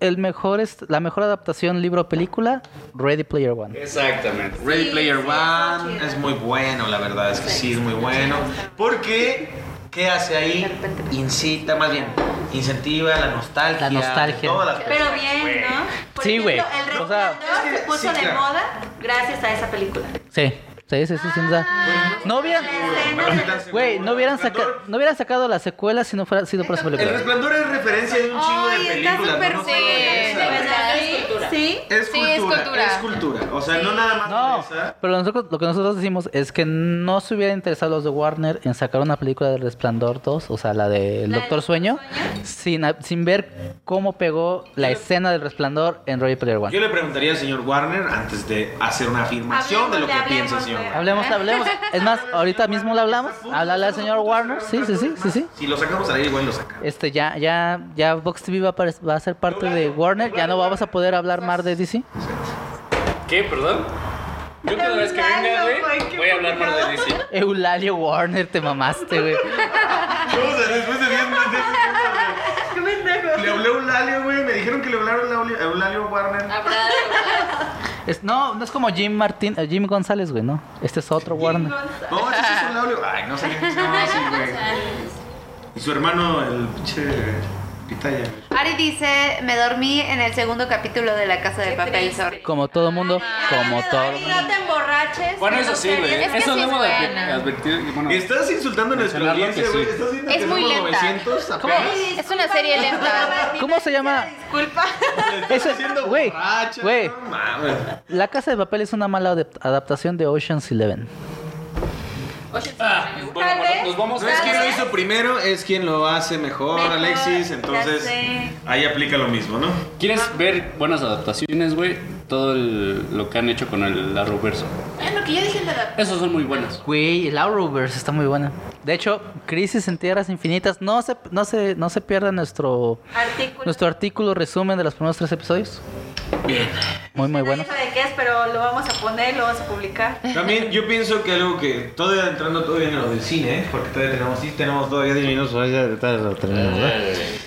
el mejor es la mejor adaptación libro-película, Ready Player One. Exactamente. Ready Player sí, One está chido. es muy bueno, la verdad es que sí, es muy bueno. Porque, ¿qué hace ahí? Incita, más bien, incentiva la nostalgia. La nostalgia. de todas las Pero personas, bien, güey. ¿no? Por Sí, güey. ejemplo, El O sea- Resplandor Es que se puso sí, de claro. moda gracias a esa película. Sí, sí, sí, sí, sin duda. No hubieran, güey, no hubieran sacado, no hubieran sacado la secuela si no fuera sido por esa El película. resplandor es referencia de un chingo de Ay, está películas. súper ¿no? sí, Es de verdad. Sí, Sí. Es Sí, es cultura, cultura. es cultura. O sea, no nada más No, por esa. pero nosotros, lo que nosotros decimos es que no se hubieran interesado los de Warner en sacar una película de Resplandor 2, o sea, la de El La del Doctor Sueño, sin, a- sin ver cómo pegó la escena del Resplandor en Ready Player Yo One. le preguntaría al señor Warner antes de hacer una afirmación de lo que Hablemos, piensa el hablemos, señor güey. Warner. Hablemos, hablemos. Es más, ahorita mismo le hablamos. Háblale al señor Warner. Sí, sí, sí, sí, sí. Si lo sacamos al aire, igual lo sacamos. Este, ya, ya, ya Vox TV va a, apare- va a ser parte de Warner, ya no vamos a poder hablar más de DC. ¿Qué? ¿Perdón? Yo cada vez que venga, güey, voy a hablar más de DC. Eulalio Warner, te mamaste, güey. O sea, después de 10 meses. Qué pendejo. Le hablé a Eulalio, güey. Me dijeron que le hablaron a Eulalio- a Eulalio Warner. Es- no, no es como Jim Martín, eh, Jim González, güey, no. Este es otro Warner. No, ese sí es Eulalio. Ay, no sé qué es. No, sí, güey. Y su hermano, el pinche Pitaya. güey. Ari dice, me dormí en el segundo capítulo de La Casa de Papel, sorry. Como todo mundo, como todo. Ay, No te emborraches. Bueno, que eso no sí, te güey. ríes. Eso sí no es me buena. Advertir, y bueno, Estás insultando a nuestra Mencionar audiencia, lo que güey. sí. Estás diciendo Es que muy somos lenta. 900 apenas. Es una serie lenta. ¿Cómo se llama? Disculpa. Ese- güey, borracha, güey. no mames. La Casa de Papel es una mala adep- adaptación de Ocean's Eleven. Ah, bueno, bueno, nos vamos No es quien lo hizo primero, es quien lo hace mejor, Mejor, Alexis. ya Entonces, sé. ahí aplica lo mismo, ¿no? ¿Quieres ver buenas adaptaciones, güey? Todo el- lo que han hecho con el Arrowverso. Es lo que yo dije en la edad. Esos son muy buenos. Güey, la Arrowverse está muy buena. De hecho, Crisis en Tierras Infinitas, no se, no se, no se pierda nuestro, Artículo. nuestro artículo resumen de los primeros tres episodios. Bien. Muy, muy bueno. No sé de qué es, pero lo vamos a poner, lo vamos a publicar. También yo pienso que algo que todavía entrando todavía en lo del cine, ¿eh? porque todavía tenemos, sí, tenemos todavía 10 minutos, todavía todavía lo tenemos, ¿no?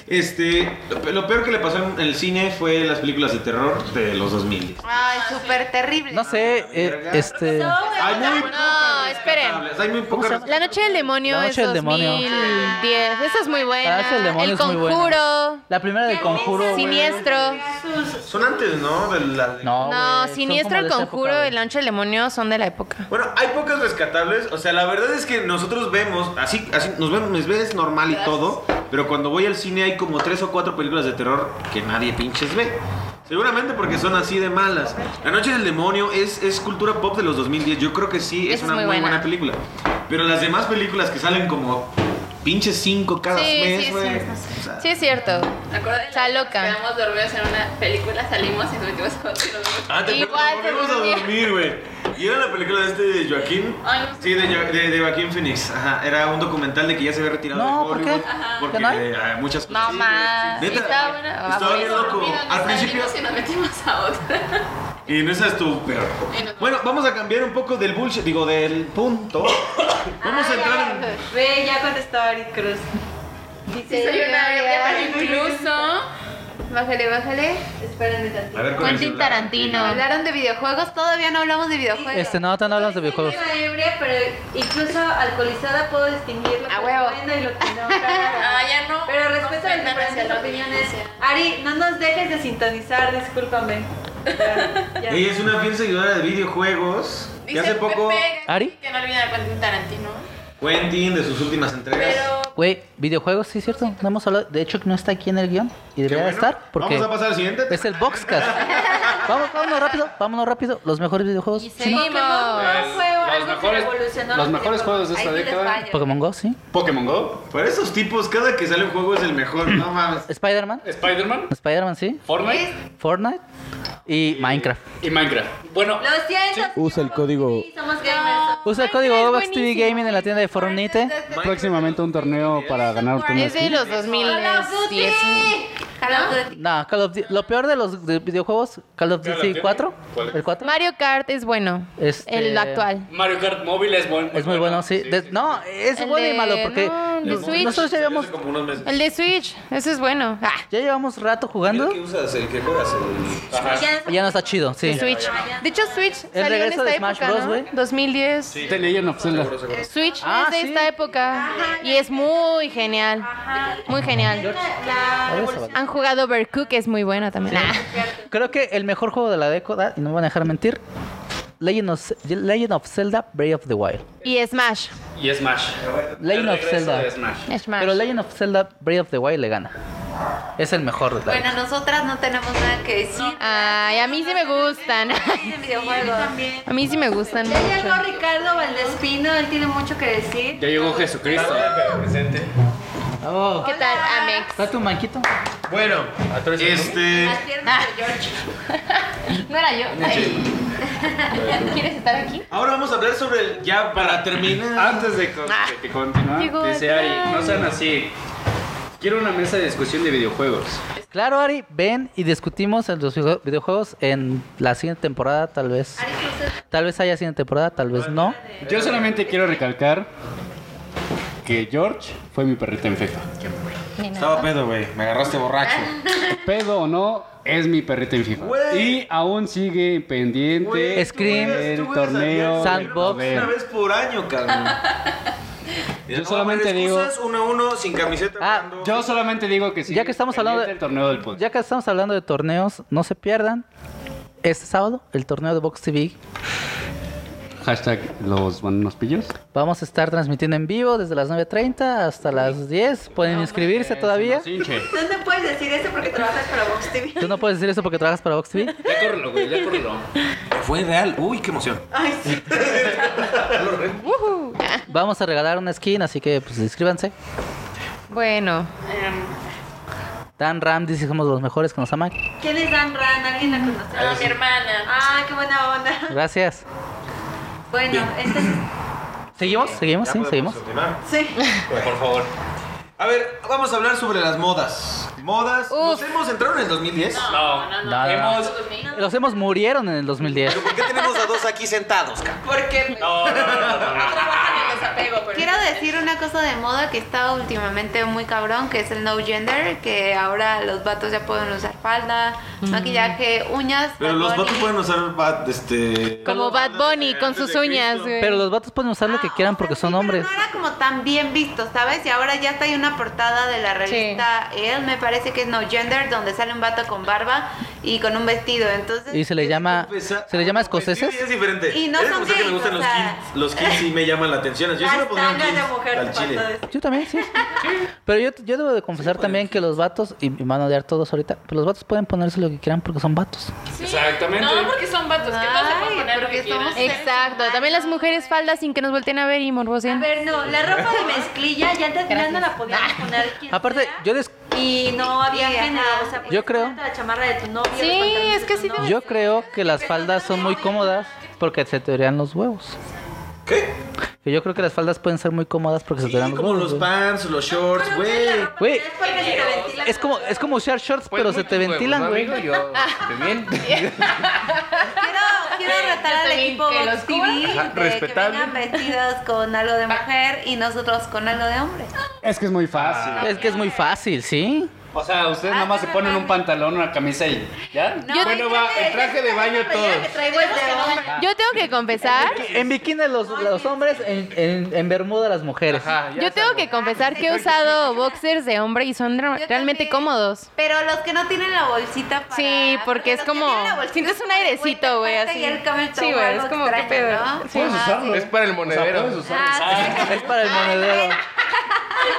Este, lo pe- lo peor que le pasó en el cine fue las películas de terror de los 2000. Ah, Ay, súper terrible. No sé, eh, este... Hay muy No, esperen. Hay muy ¿Cómo se pocas. llama? La Noche del Demonio La Noche es del Demonio. 2010. Esa es muy buena. La Noche del Demonio el es muy buena. Conjuro. La primera del conjuro. güey. Siniestro. Son antes, ¿no? De la de- No, No, Ah, güey, son Siniestro, como el de esa Conjuro época, y güey. La Noche del Demonio son de la época. Bueno, hay pocas rescatables. O sea, la verdad es que nosotros vemos, así, así nos vemos, nos ves normal y todo. Pero cuando voy al cine hay como tres o cuatro películas de terror que nadie pinches ve. Seguramente porque son así de malas. La Noche del Demonio es, es cultura pop de los 2010. Yo creo que sí, es Esa es una muy muy buena. buena. película. Pero las demás películas que salen como pinches cinco cada Sí, mes, sí, güey. sí. O sea, Sí, es cierto. ¿Te acuerdas? Está loca. Quedamos dormidos en una película, salimos y nos metimos a otro. Ah, te acuerdas, Igual nos te volvimos a dormía. dormir, güey. Y era la película de este de Joaquín. Ay, no sé. Sí, de, Jo- de- de Joaquín Phoenix. Ajá, era un documental de que ya se había retirado No, de ¿por qué? Hollywood. Ajá. Porque ¿Que no? eh, hay muchas cosas. No Sí, güey, más. sí. Neta, Estaba buena. Estaba Ah, bien bueno. loco. Dormidos, Al nos principio. salimos Y nos metimos a otra. Y en esa estuvo peor. Bueno, vamos a cambiar un poco del bullshit, digo, del punto. Vamos a entrar en. Ve, ya contestó Ari Cruz. Sí, soy una verga para incluso. Bájale, bájale. Espérenme tantito. A ver, con el Quentin celular. Tarantino. Hablaron de videojuegos, todavía no hablamos de videojuegos. Este, no, todavía no hablamos de videojuegos. Estaba ebria, pero incluso alcoholizada puedo distinguir lo que es bueno y lo que *laughs* no. Ah, ya no. Pero No respeto fue las tan hacia diferentes la opiniones. violencia. Ari, no nos dejes de sintonizar, discúlpame. Ya, ya. Ella es una fiel seguidora de videojuegos. Y Dice hace poco, Pepe ¿Ari? que no olvida a Quentin Tarantino. Quentin, de sus últimas Pues, entregas. Pero Güey, videojuegos, sí, cierto. No hemos hablado. De hecho, no está aquí en el guión. Y debería de bueno. estar. Porque Vamos a pasar al siguiente. Es el Boxcast. Vamos, vámonos rápido. Vámonos rápido. Los mejores videojuegos. Sí. Pokémon Go fue Los algo que mejores- revolucionó los los mejores juegos de esta Ahí sí les década. fallo. Pokémon Go, sí. Pokémon Go, Para esos tipos, cada que sale un juego es el mejor, no mames. Spider-Man. Spider-Man, Spider-Man, sí. Fortnite Fortnite. Y Minecraft. y Minecraft. Bueno, Lo siento, Usa el código. sí, somos gamers. Usa el código Obax TV Gaming en la tienda de Fortnite. Próximamente un torneo para ganar un torneo. Es de los Call of Duty. 2010. Call of Duty. No, Call of Duty. Lo peor de los de videojuegos, Call of Call of Duty Duty. 4. ¿Cuál es? El 4. Mario Kart es bueno. Este- El actual. Mario Kart móvil es bueno. Es muy bueno, sí. De- no, es El bueno y de- malo porque no, el de nos- Switch. nosotros ya llevamos, Como unos meses. El de Switch, ese es bueno. Ah, ya llevamos rato jugando ¿Qué usas? ¿El que juegas? Ajá. Ya- y ya no está chido, sí. Switch. De hecho, Switch salió en regreso esta de Smash época, Bros, ¿no? güey. 2010. The Legend of Zelda. Switch Ah, es de sí. esta época y es muy genial. Ajá. Muy genial. La revolución. Han jugado Overcook, es muy buena también. Ah, Creo que el mejor juego de la década, y no me van a dejar mentir, Legend of, Legend of Zelda Breath of the Wild. Ah. Y Smash. Y Smash. Legend of El regreso Zelda. de Smash. Smash. Pero Legend of Zelda Breath of the Wild le gana. Es el mejor de la Bueno, nosotras no tenemos nada que decir. Ay, a mí sí me gustan. *laughs* de videojuegos. A mí sí me gustan Ya llegó mucho. Ricardo Valdespino, él tiene mucho que decir. ya llegó Jesucristo. década. Oh, ¿Qué tal, Amex? ¿Está tu manquito? Bueno, este. Las piernas de George. *laughs* No era yo. *laughs* ¿Quieres estar aquí? Ahora vamos a hablar sobre el. Ya para terminar. Antes de con- Ah. que continúe, Llegó dice acá. Ari, no sean así. Quiero una mesa de discusión de videojuegos. Claro, Ari, ven y discutimos en los video- videojuegos en la siguiente temporada, tal vez. Tal vez haya siguiente temporada, tal vez no. Yo solamente quiero recalcar que George fue mi perrita en FIFA. Estaba pedo, güey. Me agarraste borracho. Pedo o no, es mi perrita en FIFA. Güey. Y aún sigue pendiente Güey, Scream, tú eres- tú el eres torneo. aliado, Sandbox. güey. Una vez por año, cabrón. Yo solamente digo- Excusas, uno a uno, sin camiseta. Ah, jugando. Yo solamente digo que sí. Ya que estamos hablando de- del torneo del poder. Ya que estamos hablando de torneos, no se pierdan. Este sábado, el torneo de Box TV. Hashtag los buenos pillos. Vamos a estar transmitiendo en vivo desde las 9.30 hasta las 10. Pueden inscribirse todavía. Es un hinche. ¿Dónde puedes decir eso porque trabajas para Vox TV? Tú no puedes decir eso porque trabajas para Box TV. Ya córrelo, güey, ya córrelo. Fue real. Uy, qué emoción. Ay, sí. Ujú. Ah, Vamos a regalar una skin, así que pues inscríbanse. Bueno, Dan Ram dice somos los mejores que nos aman. ¿Quién es Dan Ran? ¿Alguien la conoce? a mi hermana. Ah, qué buena onda. Gracias. Bueno, este es... ¿Seguimos? ¿Seguimos? Ya Sí, podemos seguimos. continuar. Sí. Por favor. A ver, vamos a hablar sobre las modas. Modas. Nos Uf. hemos entrado en el 2010. No, No, no, no. Hemos- Los hemos murieron en el 2010. ¿Por qué tenemos a dos aquí sentados, cabrón? Porque No, no, no, no, no. trabajan en los apegos, pero. Quiero decir una cosa de moda que está últimamente muy cabrón, que es el no gender, que ahora los vatos ya pueden usar falda, Mm. maquillaje, uñas. Pero los Bad Bunny. vatos pueden usar bat, este. como Bad Bunny con sus uñas, güey. Pero los vatos pueden usar lo que Ah, quieran o porque sea, son sí, hombres. Pero no era como tan bien visto, ¿sabes? Y ahora ya está ahí una portada de la revista él, me parece que es No Gender, donde sale un vato con barba y con un vestido. Entonces, Y se le llama se le llama escoceses. Ah, Es diferente. Y no Es de son usted que me gays, gustan o los sea. jeans. Los jeans sí me llaman la atención. Yo sí me pondría un Castañas de jeans mujer, al te faltó chile. decir. Yo también, sí. Pero yo, yo debo de confesar también que los vatos, y me van a odiar todos ahorita, pero los vatos pueden ponerse lo que quieran porque son vatos. Sí. Exactamente. No, porque son vatos, que no se Ay, pueden poner lo porque que somos- quieran. Exacto. También las mujeres faldas sin que nos volteen a ver y A morbosen. ver, no, la ropa de mezclilla ya antes ya no la Ah. podíamos poner quien Aparte, sea. yo des- Y no había Sí, género, ajá. o sea, Yo podías creo- ponerte La chamarra de tu novio. Sí, los pantalones es que de tu sí novio. yo creo que las faldas son muy cómodas porque se te verían los huevos. ¿Qué? Que Yo creo que las faldas pueden ser muy cómodas porque se te Sí, verían los como huevos. los güey. pants, los shorts, güey. Güey, Es porque se te ventila. es como es como usar shorts, pero se te ventilan, güey. quiero, quiero retar Yo al también equipo que Vox los TV cubra. de que vengan vestidos con algo de mujer y nosotros con algo de hombre. Ah. Es que es muy fácil. Es que es muy fácil, ¿sí? O sea, Ah, ustedes nada más se ponen un pantalón, una camisa y ya. Yo- bueno, va, el traje de baño todo. traigo este el de hombre. Yo tengo que confesar, En bikini los, los hombres, en, en, en bermuda las mujeres. yo tengo que confesar que he usado boxers de hombre y son re- realmente cómodos. Pero los que no tienen la bolsita para... Sí, porque es como sientes un airecito, güey, aparte así. y el cabello Sí, o güey, es algo como qué extraño, pedo. ¿no? Ah, pues Sí. Puedes usarlo. Es para el monedero. Es para el monedero.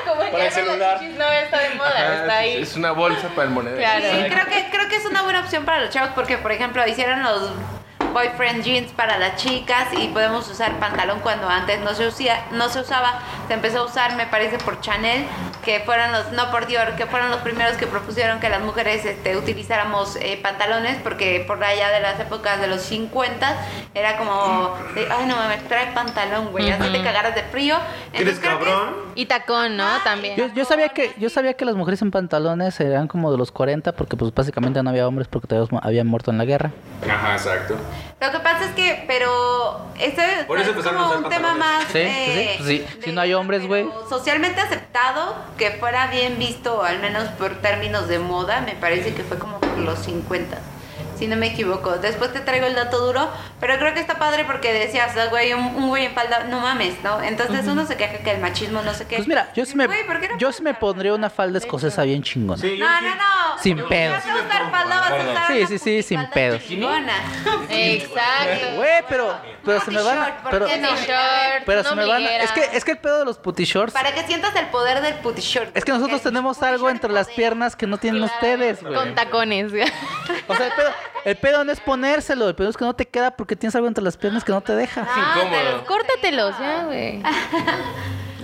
Como Para el ya no las celular. chichis no está de moda, está ahí. Es una bolsa para el monedero. Sí, creo que, creo que es una buena opción para los chavos porque, por ejemplo, hicieron los boyfriend jeans para las chicas y podemos usar pantalón cuando antes no se, usía, no se usaba. Se empezó a usar, me parece, por Chanel, que fueron los, no por Dior, que fueron los primeros que propusieron que las mujeres este, utilizáramos eh, pantalones porque por allá de las épocas de los 50 era como, de, ay no mames, trae pantalón, güey, ya se te Ujú. cagaras de frío. Entonces, creo que es- Y tacón, ¿no? También. Yo, yo sabía que yo sabía que las mujeres en pantalones eran como de los 40 porque pues básicamente no había hombres porque todos mu- habían muerto en la guerra. Ajá, exacto. Lo que pasa es que, pero este Por eso es empezaron como a usar un tema pantalones. más Sí, sí, eh, pues sí. Si no hay hombres, güey. socialmente aceptado, que fuera bien visto, al menos por términos de moda, me parece que fue como por los 50. Si no me equivoco, después te traigo el dato duro, pero creo que está padre porque decías, "Ah, güey, un, un güey en falda, no mames, ¿no? Entonces Ujú. uno se queja que el machismo no sé qué. Pues mira, yo sí me Güey, ¿por qué no? yo sí me pondría una falda escocesa bien chingona. no, no, no. Sin Si pedos. vas a usar falda, vas a Perdón. usar Sí, sí, sí, sin pedos. chingona. Exacto. Güey, pero pero se me van a- pero qué no? pero no se me van a- ombliguera. es que es que el pedo de los putty shorts Para que sientas el poder del putty short. es que nosotros tenemos algo entre las piernas que no tienen ustedes, güey. Con tacones. *laughs* O sea, el pedo, el pedo no es ponérselo, el pedo es que no te queda porque tienes algo entre las piernas que no te deja. Córtatelos, Ah, Córtatelos, ya, güey.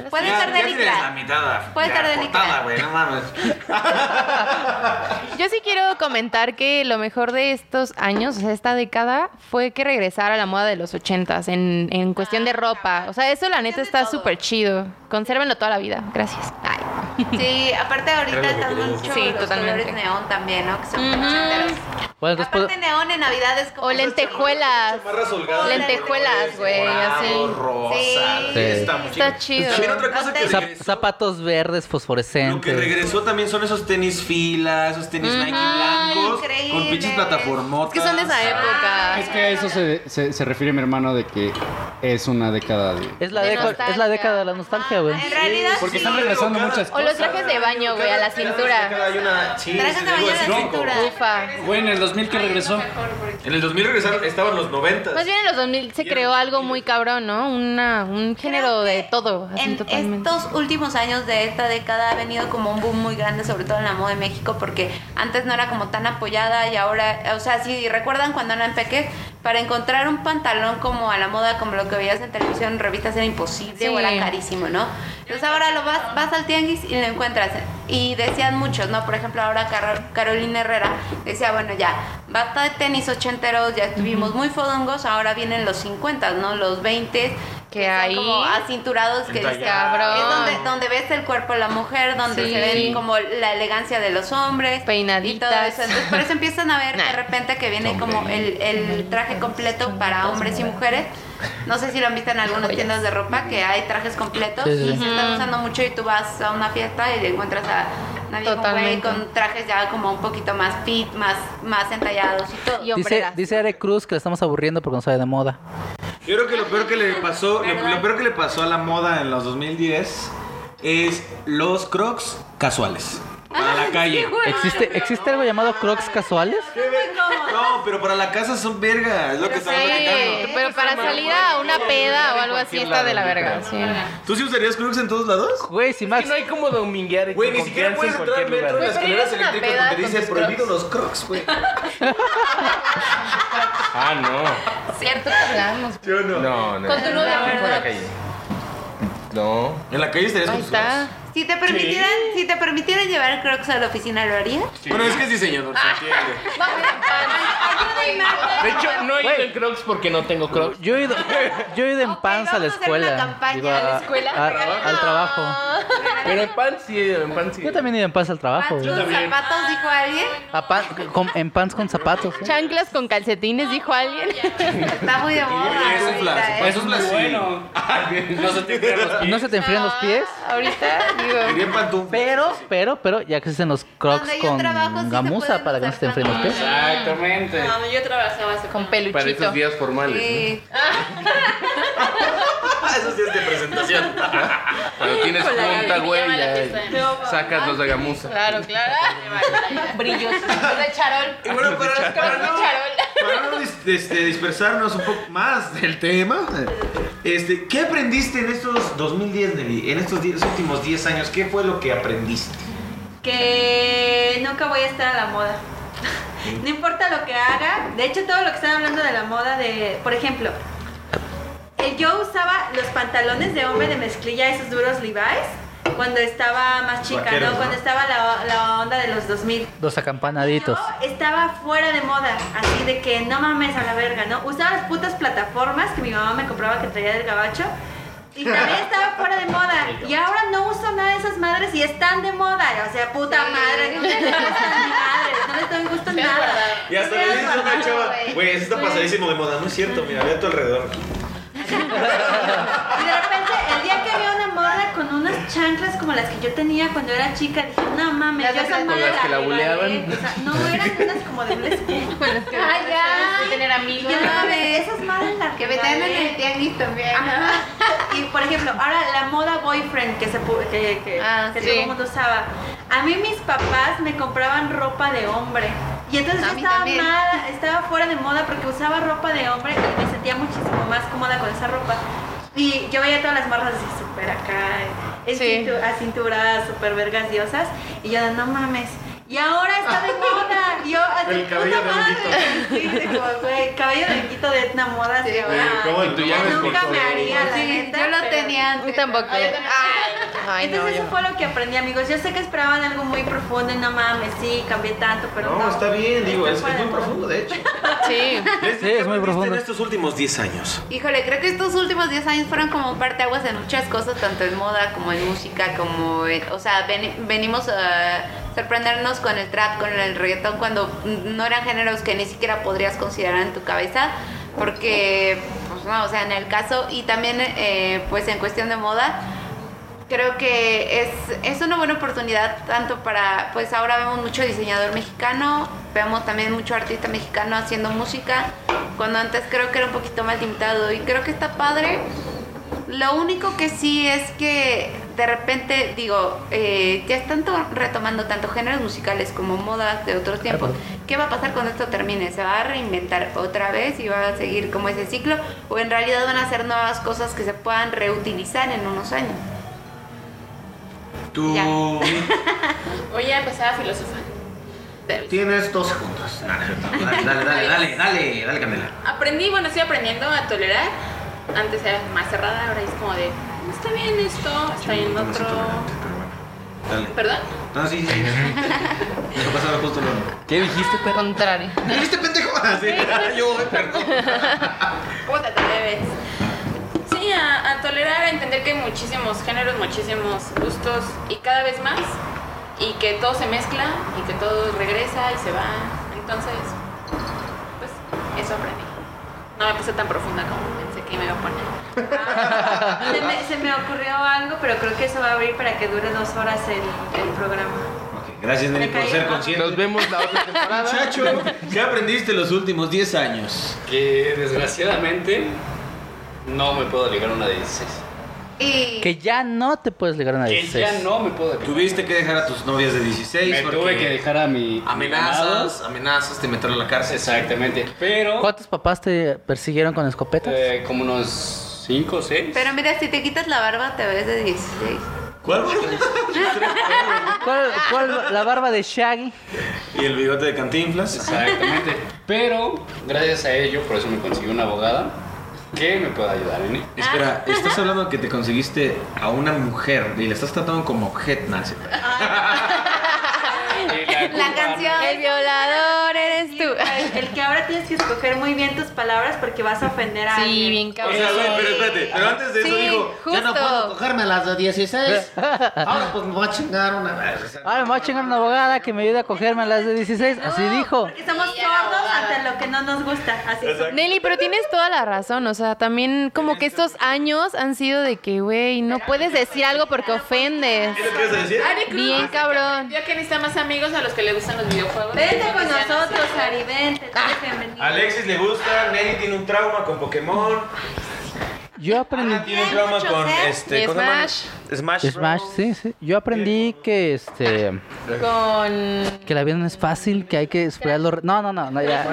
Puede ser de licra. mitad. Puede ya ser de cortada, licra. güey, no mames. *laughs* Yo sí quiero comentar que lo mejor de estos años, o sea, esta década, fue que regresara a la moda de los ochentas en, en cuestión de ropa. O sea, eso la neta está súper chido. Consérvenlo toda la vida. Gracias. Ay. Sí, aparte ahorita Era lo que están quería decir. mucho Sí, los totalmente. colores neón también, ¿no? Que son muy ochenteros. Bueno, después- Aparte neón en Navidad es como... O lentejuelas. chamarras holgadas. Lentejuelas, güey, así. Rosa. Sí. está muy Está chido. También otra cosa que Zap- pues, zapatos verdes Que fosforescentes. regresó también son esos tenis fila, esos tenis Nike Ay, blancos con increíble. pinches plataformotas. Es que son de esa época. Ah, Es que a eso se, se- se refiere mi hermano de que es una década de... Es la, De Ah, década, es la década de la nostalgia, güey. En realidad, Porque están regresando muchas O cosas. los trajes de baño, güey, a la cintura. Hay una. Sí, Trajes de baño a la cintura. Ufa. Güey, en el 2000 que regresó. En el 2000 regresaron, estaban los 90. Más bien en los 2000 se creó algo muy cabrón, ¿no? Una, un género de todo. así En totalmente. estos últimos años de esta década ha venido como un boom muy grande, sobre todo en la moda de México, porque antes no era como tan apoyada y ahora, o sea, si recuerdan cuando eran peques, para encontrar un pantalón como a la moda, como lo que veías en televisión, en revistas era imposible Sí. o era carísimo, ¿no? Entonces ahora lo vas, vas al tianguis y lo encuentras. Y decían muchos, ¿no? Por ejemplo, ahora Car- Carolina Herrera decía, bueno, ya, basta de tenis ochenteros, ya estuvimos muy fodongos, ahora vienen los 50, ¿no? Los 20 que ahí como acinturados que Entallados. dicen, Cabrón. es donde, donde ves el cuerpo de la mujer, donde Sí. se ven como la elegancia de los hombres, peinaditas, y todo eso. Entonces por eso empiezan a ver de repente que viene como el, el traje completo para hombres y mujeres. No sé si lo han visto en algunas tiendas de ropa que hay trajes completos Sí, sí. y se Ujú. están usando mucho y tú vas a una fiesta y encuentras a nadie con güey Totalmente. con trajes ya como un poquito más fit, más más entallados y todo. Dice, dice Are Cruz que la estamos aburriendo porque no sabe de moda. Yo creo que lo peor que le pasó, lo, lo peor que le pasó a la moda en los 2010 es los Crocs casuales. Para Ah, la calle. ¿Existe, ¿Existe algo llamado crocs casuales? No, pero para la casa son verga, es lo que Sí, estaba platicando. pero para salir a una peda o algo así está de la verga. Sí. ¿Tú sí usarías Crocs en todos lados? Güey, si más. No hay como dominguear. Güey, ni siquiera puedes entrar al metro en las Güey, pero Pues, escaleras eres una eléctricas peda donde con dice tus prohibido los Crocs, güey. Ah, no. Cierto que hablamos. Yo no. No, no. Con tu novia, No, ¿verdad? en la calle. No. En la calle estarías Ahí está. Si te permitieran, si te permitieran llevar Crocs a la oficina, ¿lo harías? Bueno, es que es diseñador, Ah, se entiende. De hecho, no he ido en Crocs porque no tengo Crocs. Yo he ido, yo he ido en panza a la escuela. Digo, a- a- al trabajo. Pero en pan sí, en pan sí. Yo también he ido en panza al trabajo. güey. zapatos, dijo alguien. A pan- con- en pants con zapatos. ¿eh? Chanclas con calcetines, *laughs* dijo alguien. Está muy de moda. Eso es pues. ahorita, Pues flash. ¿eh? Eso es flash. bueno. No se te pierdas. ¿No se te enfrían los pies? ahorita, digo. Pero, pero, pero, ya existen los crocs Donde yo con trabajo, sí se gamuza para que no se te enfríen los pies. Exactamente. Ah. No, yo trabajaba hace Con Para esos días formales. *laughs* Eso sí es de presentación. ¿no? Cuando tienes Con la punta, gabinilla, güey, la ya pista de- No, sacas los de gamuza. Claro, claro. Brillos. *laughs* De charol. Y bueno, para, Crocs de charol. Para no dis- este, dispersarnos un poco más del tema, este, ¿qué aprendiste en estos 2010, Nelly? En estos 10 últimos 10 años, ¿qué fue lo que aprendiste? que nunca voy a estar a la moda. Mm. *laughs* No importa lo que haga. De hecho, todo lo que están hablando de la moda, de, por ejemplo, eh, yo usaba los pantalones de hombre de mezclilla, esos duros Levi's, cuando estaba más chica, Vaqueros, ¿no? ¿no? Cuando estaba la, la onda de los 2000. Los acampanaditos. Estaba fuera de moda, así de que no mames a la verga, ¿no? Usaba las putas plataformas que mi mamá me compraba que traía del gabacho. Y también estaba fuera *laughs* de moda. Y ahora no uso nada de esas madres y están de moda. O sea, puta madre, no le gustan ni madres, no les doy gusto en nada. Y hasta le dices a una chava, Pues güey, eso está pasadísimo de moda. No es cierto, mira, ve a tu alrededor. Y de repente, el día que vi a una morra con unas chanclas como las que yo tenía cuando era chica, dije, no mames, yo esa Con madre las que la regalé". buleaban. O sea, no eran unas como de un escudo. Ah, ya. De tener amigos. Ya mames, esas madres las Que me traen en el tianguis también. Ajá. *laughs* Y por ejemplo, ahora la moda boyfriend que, se, pu- que, que- que todo el mundo usaba. A mí mis papás me compraban ropa de hombre. Y entonces yo estaba mal, estaba fuera de moda porque usaba ropa de hombre y me sentía muchísimo más cómoda con esa ropa. Y yo veía todas las marcas así súper acá, eh, cintu- a cintura, súper vergas diosas. Y yo, no mames. Y ahora está de moda. Yo, así, El cabello de puta madre. honguito. Sí, de como, güey, cabello de honguito de etna moda. así, Güey, ah. ¿cómo tú ya ves Nunca con me todo? haría, la neta. yo lo pero- tenía antes. Tampoco. Ay, no, Entonces eso yo- fue lo que aprendí, amigos. Yo sé que esperaban algo muy profundo y no mames, sí, cambié tanto, pero no. No, está bien, digo, Estoy es, es fuera muy de- profundo, de hecho. Sí. Sí, es muy profundo. en estos últimos 10 años? Híjole, creo que estos últimos 10 años fueron como un parteaguas en muchas cosas, tanto en moda como en música, como en- O sea, ven- venimos a sorprendernos con el trap, con el reggaetón, cuando no eran géneros que ni siquiera podrías considerar en tu cabeza, porque, pues no, o sea, en el caso, y también, eh, pues en cuestión de moda, creo que es, es una buena oportunidad tanto para, pues ahora vemos mucho diseñador mexicano, vemos también mucho artista mexicano haciendo música, cuando antes creo que era un poquito más limitado y creo que está padre. Lo único que sí es que de repente, digo, eh, ya están to- retomando tanto géneros musicales como modas de otros tiempos. ¿Qué va a pasar cuando esto termine? ¿Se va a reinventar otra vez y va a seguir como ese ciclo? ¿O en realidad van a ser nuevas cosas que se puedan reutilizar en unos años? Tú Hoy ya empezaba filósofa. tienes 12 juntos. Dale, dale, dale, dale, dale, dale, Candela. Aprendí, bueno, estoy aprendiendo a tolerar. Antes era más cerrada, ahora es como de, "Mm, está bien esto, está bien lo otro. Dale. ¿Perdón? No, sí, sí. Me lo pasaba justo lo. ¿Qué dijiste, perro? Contrario. ¿Viste, *laughs* pendejo? Así, yo, eh, perdón. ¿Cómo te atreves? Sí, a, a tolerar, a entender que hay muchísimos géneros, muchísimos gustos y cada vez más. Y que todo se mezcla y que todo regresa y se va. Entonces, pues eso aprendí. No me puse tan profunda como pensé que me iba a poner. Ah, Se me, se me ocurrió algo, pero creo que eso va a abrir para que dure dos horas el, el programa. Gracias, Nelly, por ser consciente. Nos vemos la otra Ah, temporada. Muchacho, ¿qué aprendiste los últimos 10 años? Que desgraciadamente no me puedo ligar a una de 16. Que ya no te puedes ligar a una Que 16. ya no me puedo ligar. Tuviste que dejar a tus novias de 16 Me tuve que dejar a mi. amenazas, amenazas, te metieron a la cárcel. Exactamente. Pero. ¿Cuántos papás te persiguieron con escopetas? eh, como unos 5 o 6. Pero mira, si te quitas la barba te ves de 16. ¿Cuál? *laughs* ¿Cuál, cuál- la barba de Shaggy? Y el bigote de Cantinflas. Exactamente. Pero, gracias a ello, por eso me conseguí una abogada que me pueda ayudar en ello. *laughs* Espera, estás hablando que te conseguiste a una mujer y la estás tratando como objeto, Nancy. Y la La culpa- canción. El violador eres tú. tú. El, el que ahora tienes que escoger muy bien tus palabras porque vas a ofender a alguien. Sí, bien O sea, güey, pero espérate, pero antes de eso dijo, Ya no puedo cogerme las de 16. Ahora pues me voy a chingar una Ahora me voy a chingar una abogada que me ayude a cogerme las de 16. Así dijo. Porque somos sordos ante lo que no nos gusta. Así somos. Nelly, pero tienes toda la razón. O sea, también como que estos años han sido de que, güey, no puedes decir algo porque ofendes. ¿qué quieres decir? Ari Cruz. Bien cabrón. Ya que necesita más amigos a los que le gustan los videojuegos. Vente No, con que sean nosotros, así. Ari, vente. tú bienvenido. Alexis le gusta, Nelly tiene un trauma con Pokémon, Yo aprendí. Ana tiene un trauma con este, Y ¿cómo se llama? Smash. Smash, sí, sí. Yo aprendí que este Con. que la vida no es fácil, que hay que esperar los re- No, no, no, no, *laughs* ya.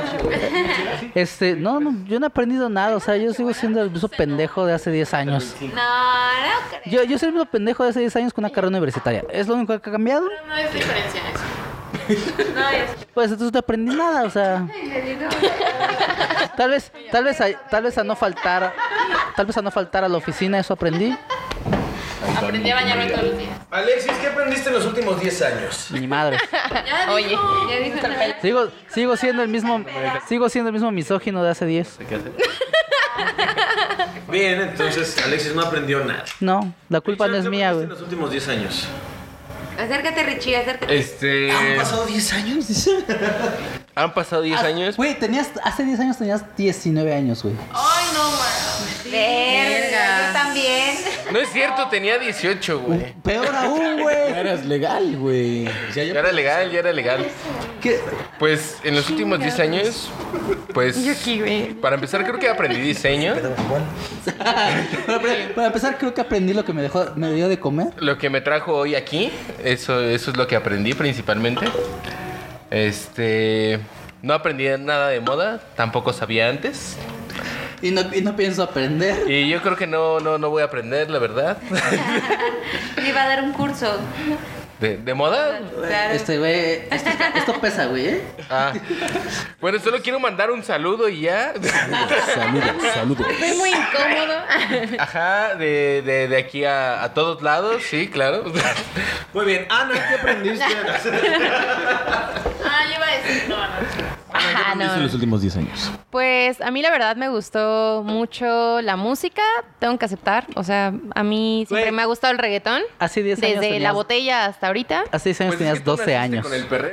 Este, no, no, yo no he aprendido nada, o sea, yo sigo siendo el mismo pendejo de hace 10 años. No, no creo. Yo, yo soy el mismo pendejo de hace 10 años con una carrera universitaria. ¿Es lo único que ha cambiado? No es diferencia en eso. *laughs* Pues entonces no aprendí nada, o sea, tal vez tal vez a, tal vez a no faltar tal vez a no faltar a la oficina eso aprendí. Aprendí a bañarme todos los días. Alexis, ¿qué aprendiste en los últimos 10 años? Ni madre. Ya Oye, ya dijo el Sigo sigo siendo el mismo sigo siendo el mismo misógino de hace 10. Bien, entonces Alexis no aprendió nada. No, la culpa no es mía, güey. En los últimos 10 años. Acércate, Richie, acércate. Eh. Este. ¿Han pasado 10 años? Han pasado 10 años. Güey, tenías hace 10 años tenías 19 años, güey. Ay, no, man. Verga. Yo también. No es cierto, tenía 18, güey. Peor *laughs* aún, güey. Ya eras legal, güey. O sea, Ya ya- era legal, ya era legal. ¿Qué? Pues en los últimos 10 años, pues. Para empezar, creo que aprendí diseño. *laughs* Para, para- para empezar, creo que aprendí lo que me dejó me dio de comer. Lo que me trajo hoy aquí, eso, eso es lo que aprendí principalmente. Este. No aprendí nada de moda, tampoco sabía antes. Y no, y no pienso aprender. Y yo creo que no, no, no voy a aprender, la verdad. Le *laughs* iba a dar un curso. ¿De, de moda? Claro. Este güey, esto, está- esto pesa, güey, ¿eh? Ah. Bueno, solo quiero mandar un saludo y ya. Saludos, saludos. Estoy muy incómodo. *laughs* Ajá, de, de, de aquí a, a todos lados, Oh, sí, claro. Muy bien, Ana, ¿qué *laughs* aprendiste? Ah, yo iba a decir, no, no. Ajá, ¿Qué hizo en no. los últimos 10 años? Pues a mí la verdad me gustó mucho la música, tengo que aceptar. O sea, a mí siempre me ha gustado el reggaetón. Hace 10 años Desde la tenías- botella hasta ahorita. Hace 10 años Pues Pues tenías 12 años.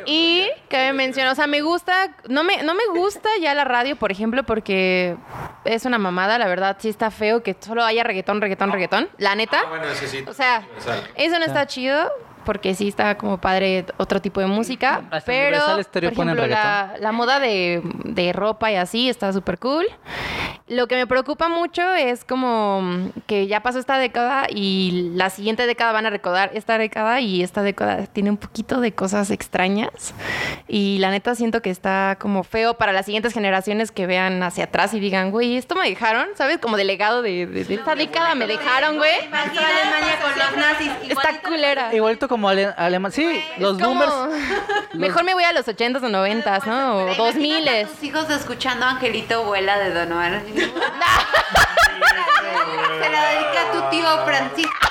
Y cabe mencionar, o sea, me gusta, no me, no me gusta ya la radio, por ejemplo, porque es una mamada, la verdad, sí está feo que solo haya reggaetón, reggaetón, reggaetón, la neta. Ah, Bueno, es que sí. O sea, eso no está chido. Porque sí está como padre otro tipo de música. Hasta en pero, Universal por Stereo ponen ejemplo, la, la moda de, de ropa y así está súper cool. Lo que me preocupa mucho es como que ya pasó esta década y la siguiente década van a recordar esta década y esta década tiene un poquito de cosas extrañas. Y la neta siento que está como feo para las siguientes generaciones que vean hacia atrás y digan, güey, esto me dejaron, ¿sabes? Como delegado de, de- de esta década me dejaron, güey. Imagina Alemania con los nazis. Está culera. Igualito como ale- alemán. Sí, los Como- boomers. *laughs* Mejor me voy a los 80s o 90s, ¿no? O 2000. Imagínate a tus hijos escuchando Angelito Vuela de *laughs* Donovan. Se la dedica a tu *laughs* tío Francisco.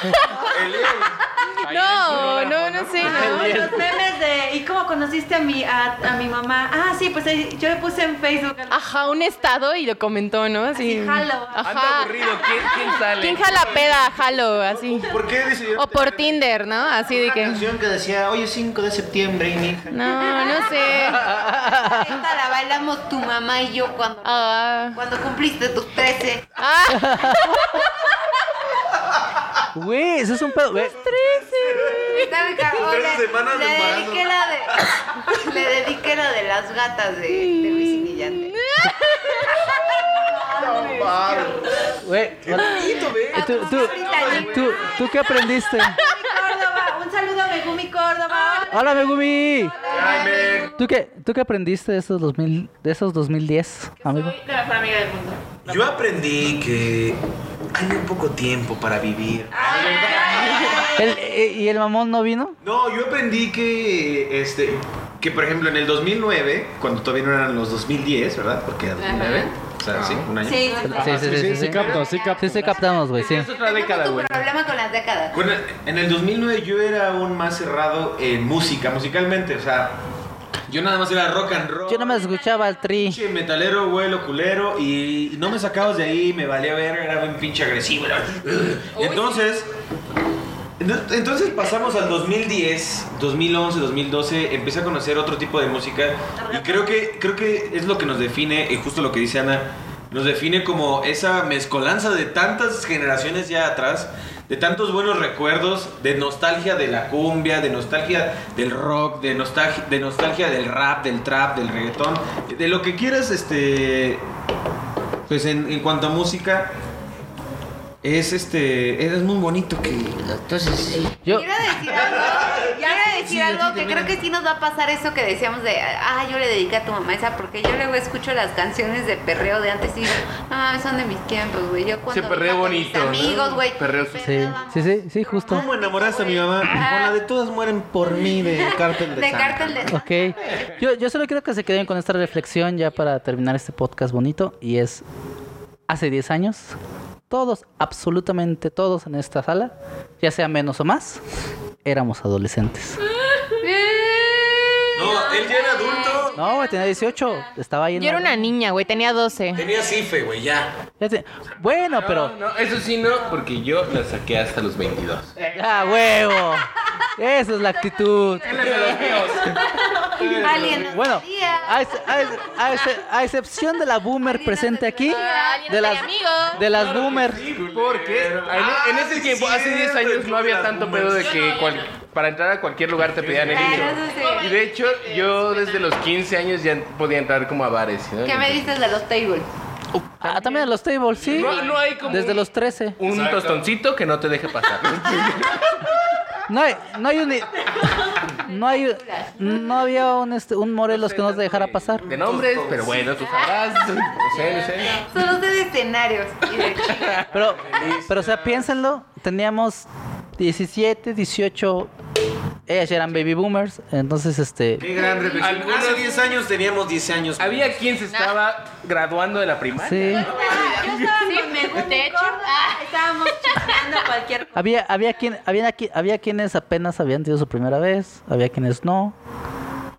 No, no, no sé, Ah, no. los memes de ¿y cómo conociste a mi a, a mi mamá? Ah, sí, pues ahí- yo le puse en Facebook. Ah. Ajá, un estado y lo comentó, ¿no? Así. Así, jalo. Ajá. aburrido, ¿quién, quién sale? ¿Quién jala peda? Jalo, así. ¿Por qué decidieron O por Tinder, ¿no? Así de que. canción que decía, hoy es 5 de septiembre y mi hija. No, no sé. Esta la bailamos tu mamá y yo cuando, Ah, cuando cumpliste tus 13. Güey, eso es un pedo. güey. Está bien, cabrón. Tres Le- semanas de le embarazo. dediqué la de *coughs* Le dediqué la de las gatas de, de Luis y Millán. Güey, hola. ¿Tú, tú, tú, tú qué aprendiste? Córdoba, un saludo a Megumi Córdoba. Hola, Megumi. Jaime. ¿Tú qué, ¿Tú qué aprendiste de esos, 2000, de esos 2010, amigo? Soy la mejor amiga del mundo. Yo aprendí que hay muy poco tiempo para vivir. El- eh, ¿Y el mamón no vino? No, yo aprendí que, este, que por ejemplo en el 2009, cuando todavía no eran los 2010, ¿verdad? Porque era 2009, o sea, sí, un año. Sí, Sí, sí, sí, sí, sí. capto, sí capto. Sí, sí, captamos, güey, sí. otra década, güey. Problema con las décadas. Bueno, en el 2009 yo era aún más cerrado en música, musicalmente, o sea, Yo nada más era rock and roll. Yo nada más escuchaba el tri. Pinche metalero, güey, lo culero. Y no me sacabas de ahí, me valía verga, era bien pinche agresivo. era- Entonces. ento- Entonces pasamos al 2010, 2011, 2012, empecé a conocer otro tipo de música y creo que, creo que es lo que nos define, y justo lo que dice Ana, nos define como esa mezcolanza de tantas generaciones ya atrás, de tantos buenos recuerdos, de nostalgia de la cumbia, de nostalgia del rock, de nostalgia, de nostalgia del rap, del trap, del reggaetón, de lo que quieras, este, pues en, en cuanto a música, es este, es muy bonito que, entonces sí. Yo, Quiero decir algo, quiero decir algo que creo que sí nos va a pasar eso que decíamos de, ah, yo le dediqué a tu mamá esa, porque yo luego escucho las canciones de perreo de antes y digo, no mames, son de mis tiempos, güey. Yo cuando. Se perrea iba con mis bonito. ¿no? amigos, güey. Perreo sí, sí, sí, sí, justo. ¿Cómo enamoraste a mi mamá? Con la de todas mueren por mí de Cartel de Ah. De Santa. cartel de. Ok, yo, yo solo quiero que se queden con esta reflexión ya para terminar este podcast bonito y es, hace 10 años, todos, absolutamente todos en esta sala, ya sea menos o más, éramos adolescentes. No, él ya era adulto. No, güey, tenía 18, estaba ahí en Yo era la- una niña, güey, tenía 12. Tenía cife, güey, ya. ya te- Bueno, pero... No, eso sí no, porque yo la saqué hasta los 22. ¡Ah, huevo! Esa es la actitud. Alguien nos Bueno, quería. a, ex- a ex- a ex- a excepción de la boomer presente aquí, de las, de las boomer, Porque en, en ese tiempo, hace 10 años, no había tanto pedo de que cual- para entrar a cualquier lugar te pedían el Claro, niño. eso sí. Y de hecho, yo desde los 15 años ya podía entrar como a bares. ¿no? ¿Qué me dices de los tables? Ah, también a los tables, sí. No- no hay como Desde un- los 13. Un tostoncito que no te deje pasar. No hay, no hay un. No hay. No había un, este, un Morelos que nos dejara pasar. De nombres, pero bueno, tú sabrás. No sé, no sé. Solo sé de escenarios y *laughs* de chicas. Pero, pero, o sea, piénsenlo. Teníamos 17, 18. Ellas ya eran baby boomers. Entonces, Qué este. gran reflexión. Algunos- Hace 10 años teníamos 10 años. Había quien se estaba graduando de la primaria. Sí. Yo estaba Sí, con me algún de hecho, ah. gordo, estábamos chismeando cualquier cosa. Había, había, quien, había, aquí- había quienes apenas habían tenido su primera vez. Había quienes no.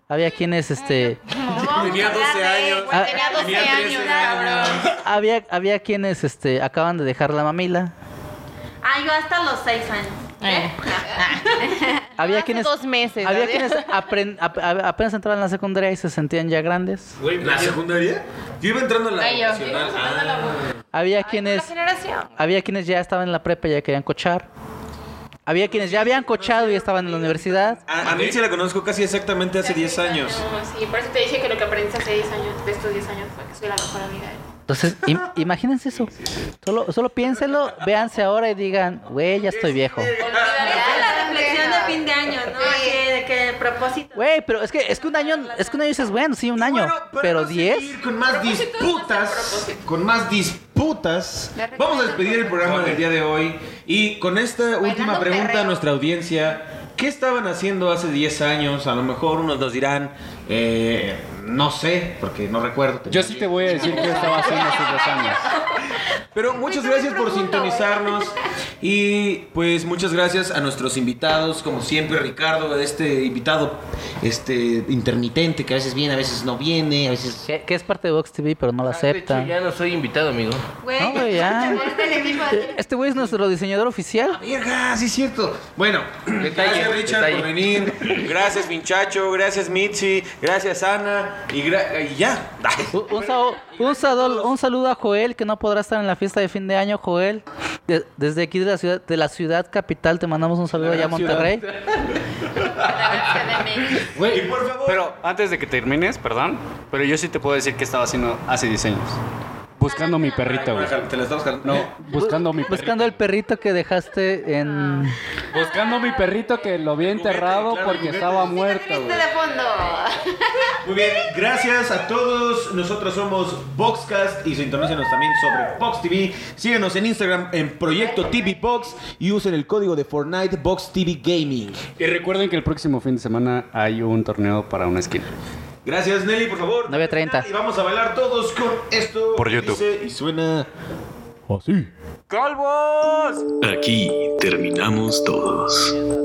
Había quienes, este. Tenía 12 años. Ah. Tenía 12 Tenía 13 años, años. cabrón. Había, había quienes, este. Acaban de dejar la mamila. Ah, yo hasta los seis años. ¿eh? Había Hace quienes. dos meses. Había ¿sabes? quienes *laughs* apren- ap- a- apenas entraban a la secundaria y se sentían ya grandes. Güey, ¿La secundaria? Yo iba entrando en la Ay, yo. vocacional. Ah. Había La quienes generación. había quienes ya estaban en la prepa y ya querían cochar. Había quienes ya habían cochado y estaban en la universidad. A, a mí se la conozco casi exactamente hace 10 años. Sí, por eso te dije que lo que aprendiste hace 10 años, de estos 10 años, fue que soy la mejor amiga. de- Entonces, im- imagínense eso. Solo, solo piénsenlo, véanse ahora y digan, güey, ya estoy viejo. Esa es la reflexión de fin de año, ¿no? Sí. Que, de que el propósito. Güey, pero es que, es que un año, es que un año dices, bueno, sí, un año. Bueno, para Pero no 10. seguir Con más disputas. Con más disputas. Les recomiendo Vamos a despedir el programa del día de hoy. Y con esta última pregunta perreo. a nuestra audiencia. ¿Qué estaban haciendo hace 10 años? A lo mejor unos nos dirán, eh, no sé, porque no recuerdo. Yo sí te voy a decir que estaba haciendo hace dos años. Pero muchas gracias por ¿eh? *laughs* sintonizarnos y pues muchas gracias a nuestros invitados, como siempre Ricardo, este invitado este intermitente que a veces viene, a veces no viene, a veces Que, que es parte de Vox TV, pero no lo De hecho, aceptan. ya no soy invitado, amigo. Güey, No, güey, ya. Este es el equipo de- Este güey es nuestro diseñador oficial. Verga, sí es cierto. *clears throat* Bueno, gracias Richard detalle. por *laughs* venir. Gracias Vinchacho, gracias Mitzi, gracias Ana y, gra- y ya. Un, un sao- un saludo, un saludo a Joel que no podrá estar en la fiesta de fin de año, Joel. De- desde aquí de la ciudad, de la ciudad capital te mandamos un saludo allá a Monterrey. Güey, por favor. Pero antes de que termines, perdón, pero yo sí te puedo decir que estaba haciendo hace 10 años. Buscando mi perrito, güey. te la estamos jalando. No, buscando mi perrito. Buscando el perrito que dejaste en Buscando mi perrito que lo había enterrado claro, porque juguete. estaba muerto, Este güey. de fondo. Muy bien, gracias a todos. Nosotros somos Voxcast y sintonícenos también sobre Vox TV. Síguenos en Instagram en Proyecto TV Vox y usen el código de Fortnite Vox TV Gaming. Y recuerden que el próximo fin de semana hay un torneo para una esquina. Gracias Nelly, por favor. 9:30. Y vamos a bailar todos con esto. Por YouTube. Dice Y suena. Así. ¡Calvos! Aquí terminamos todos.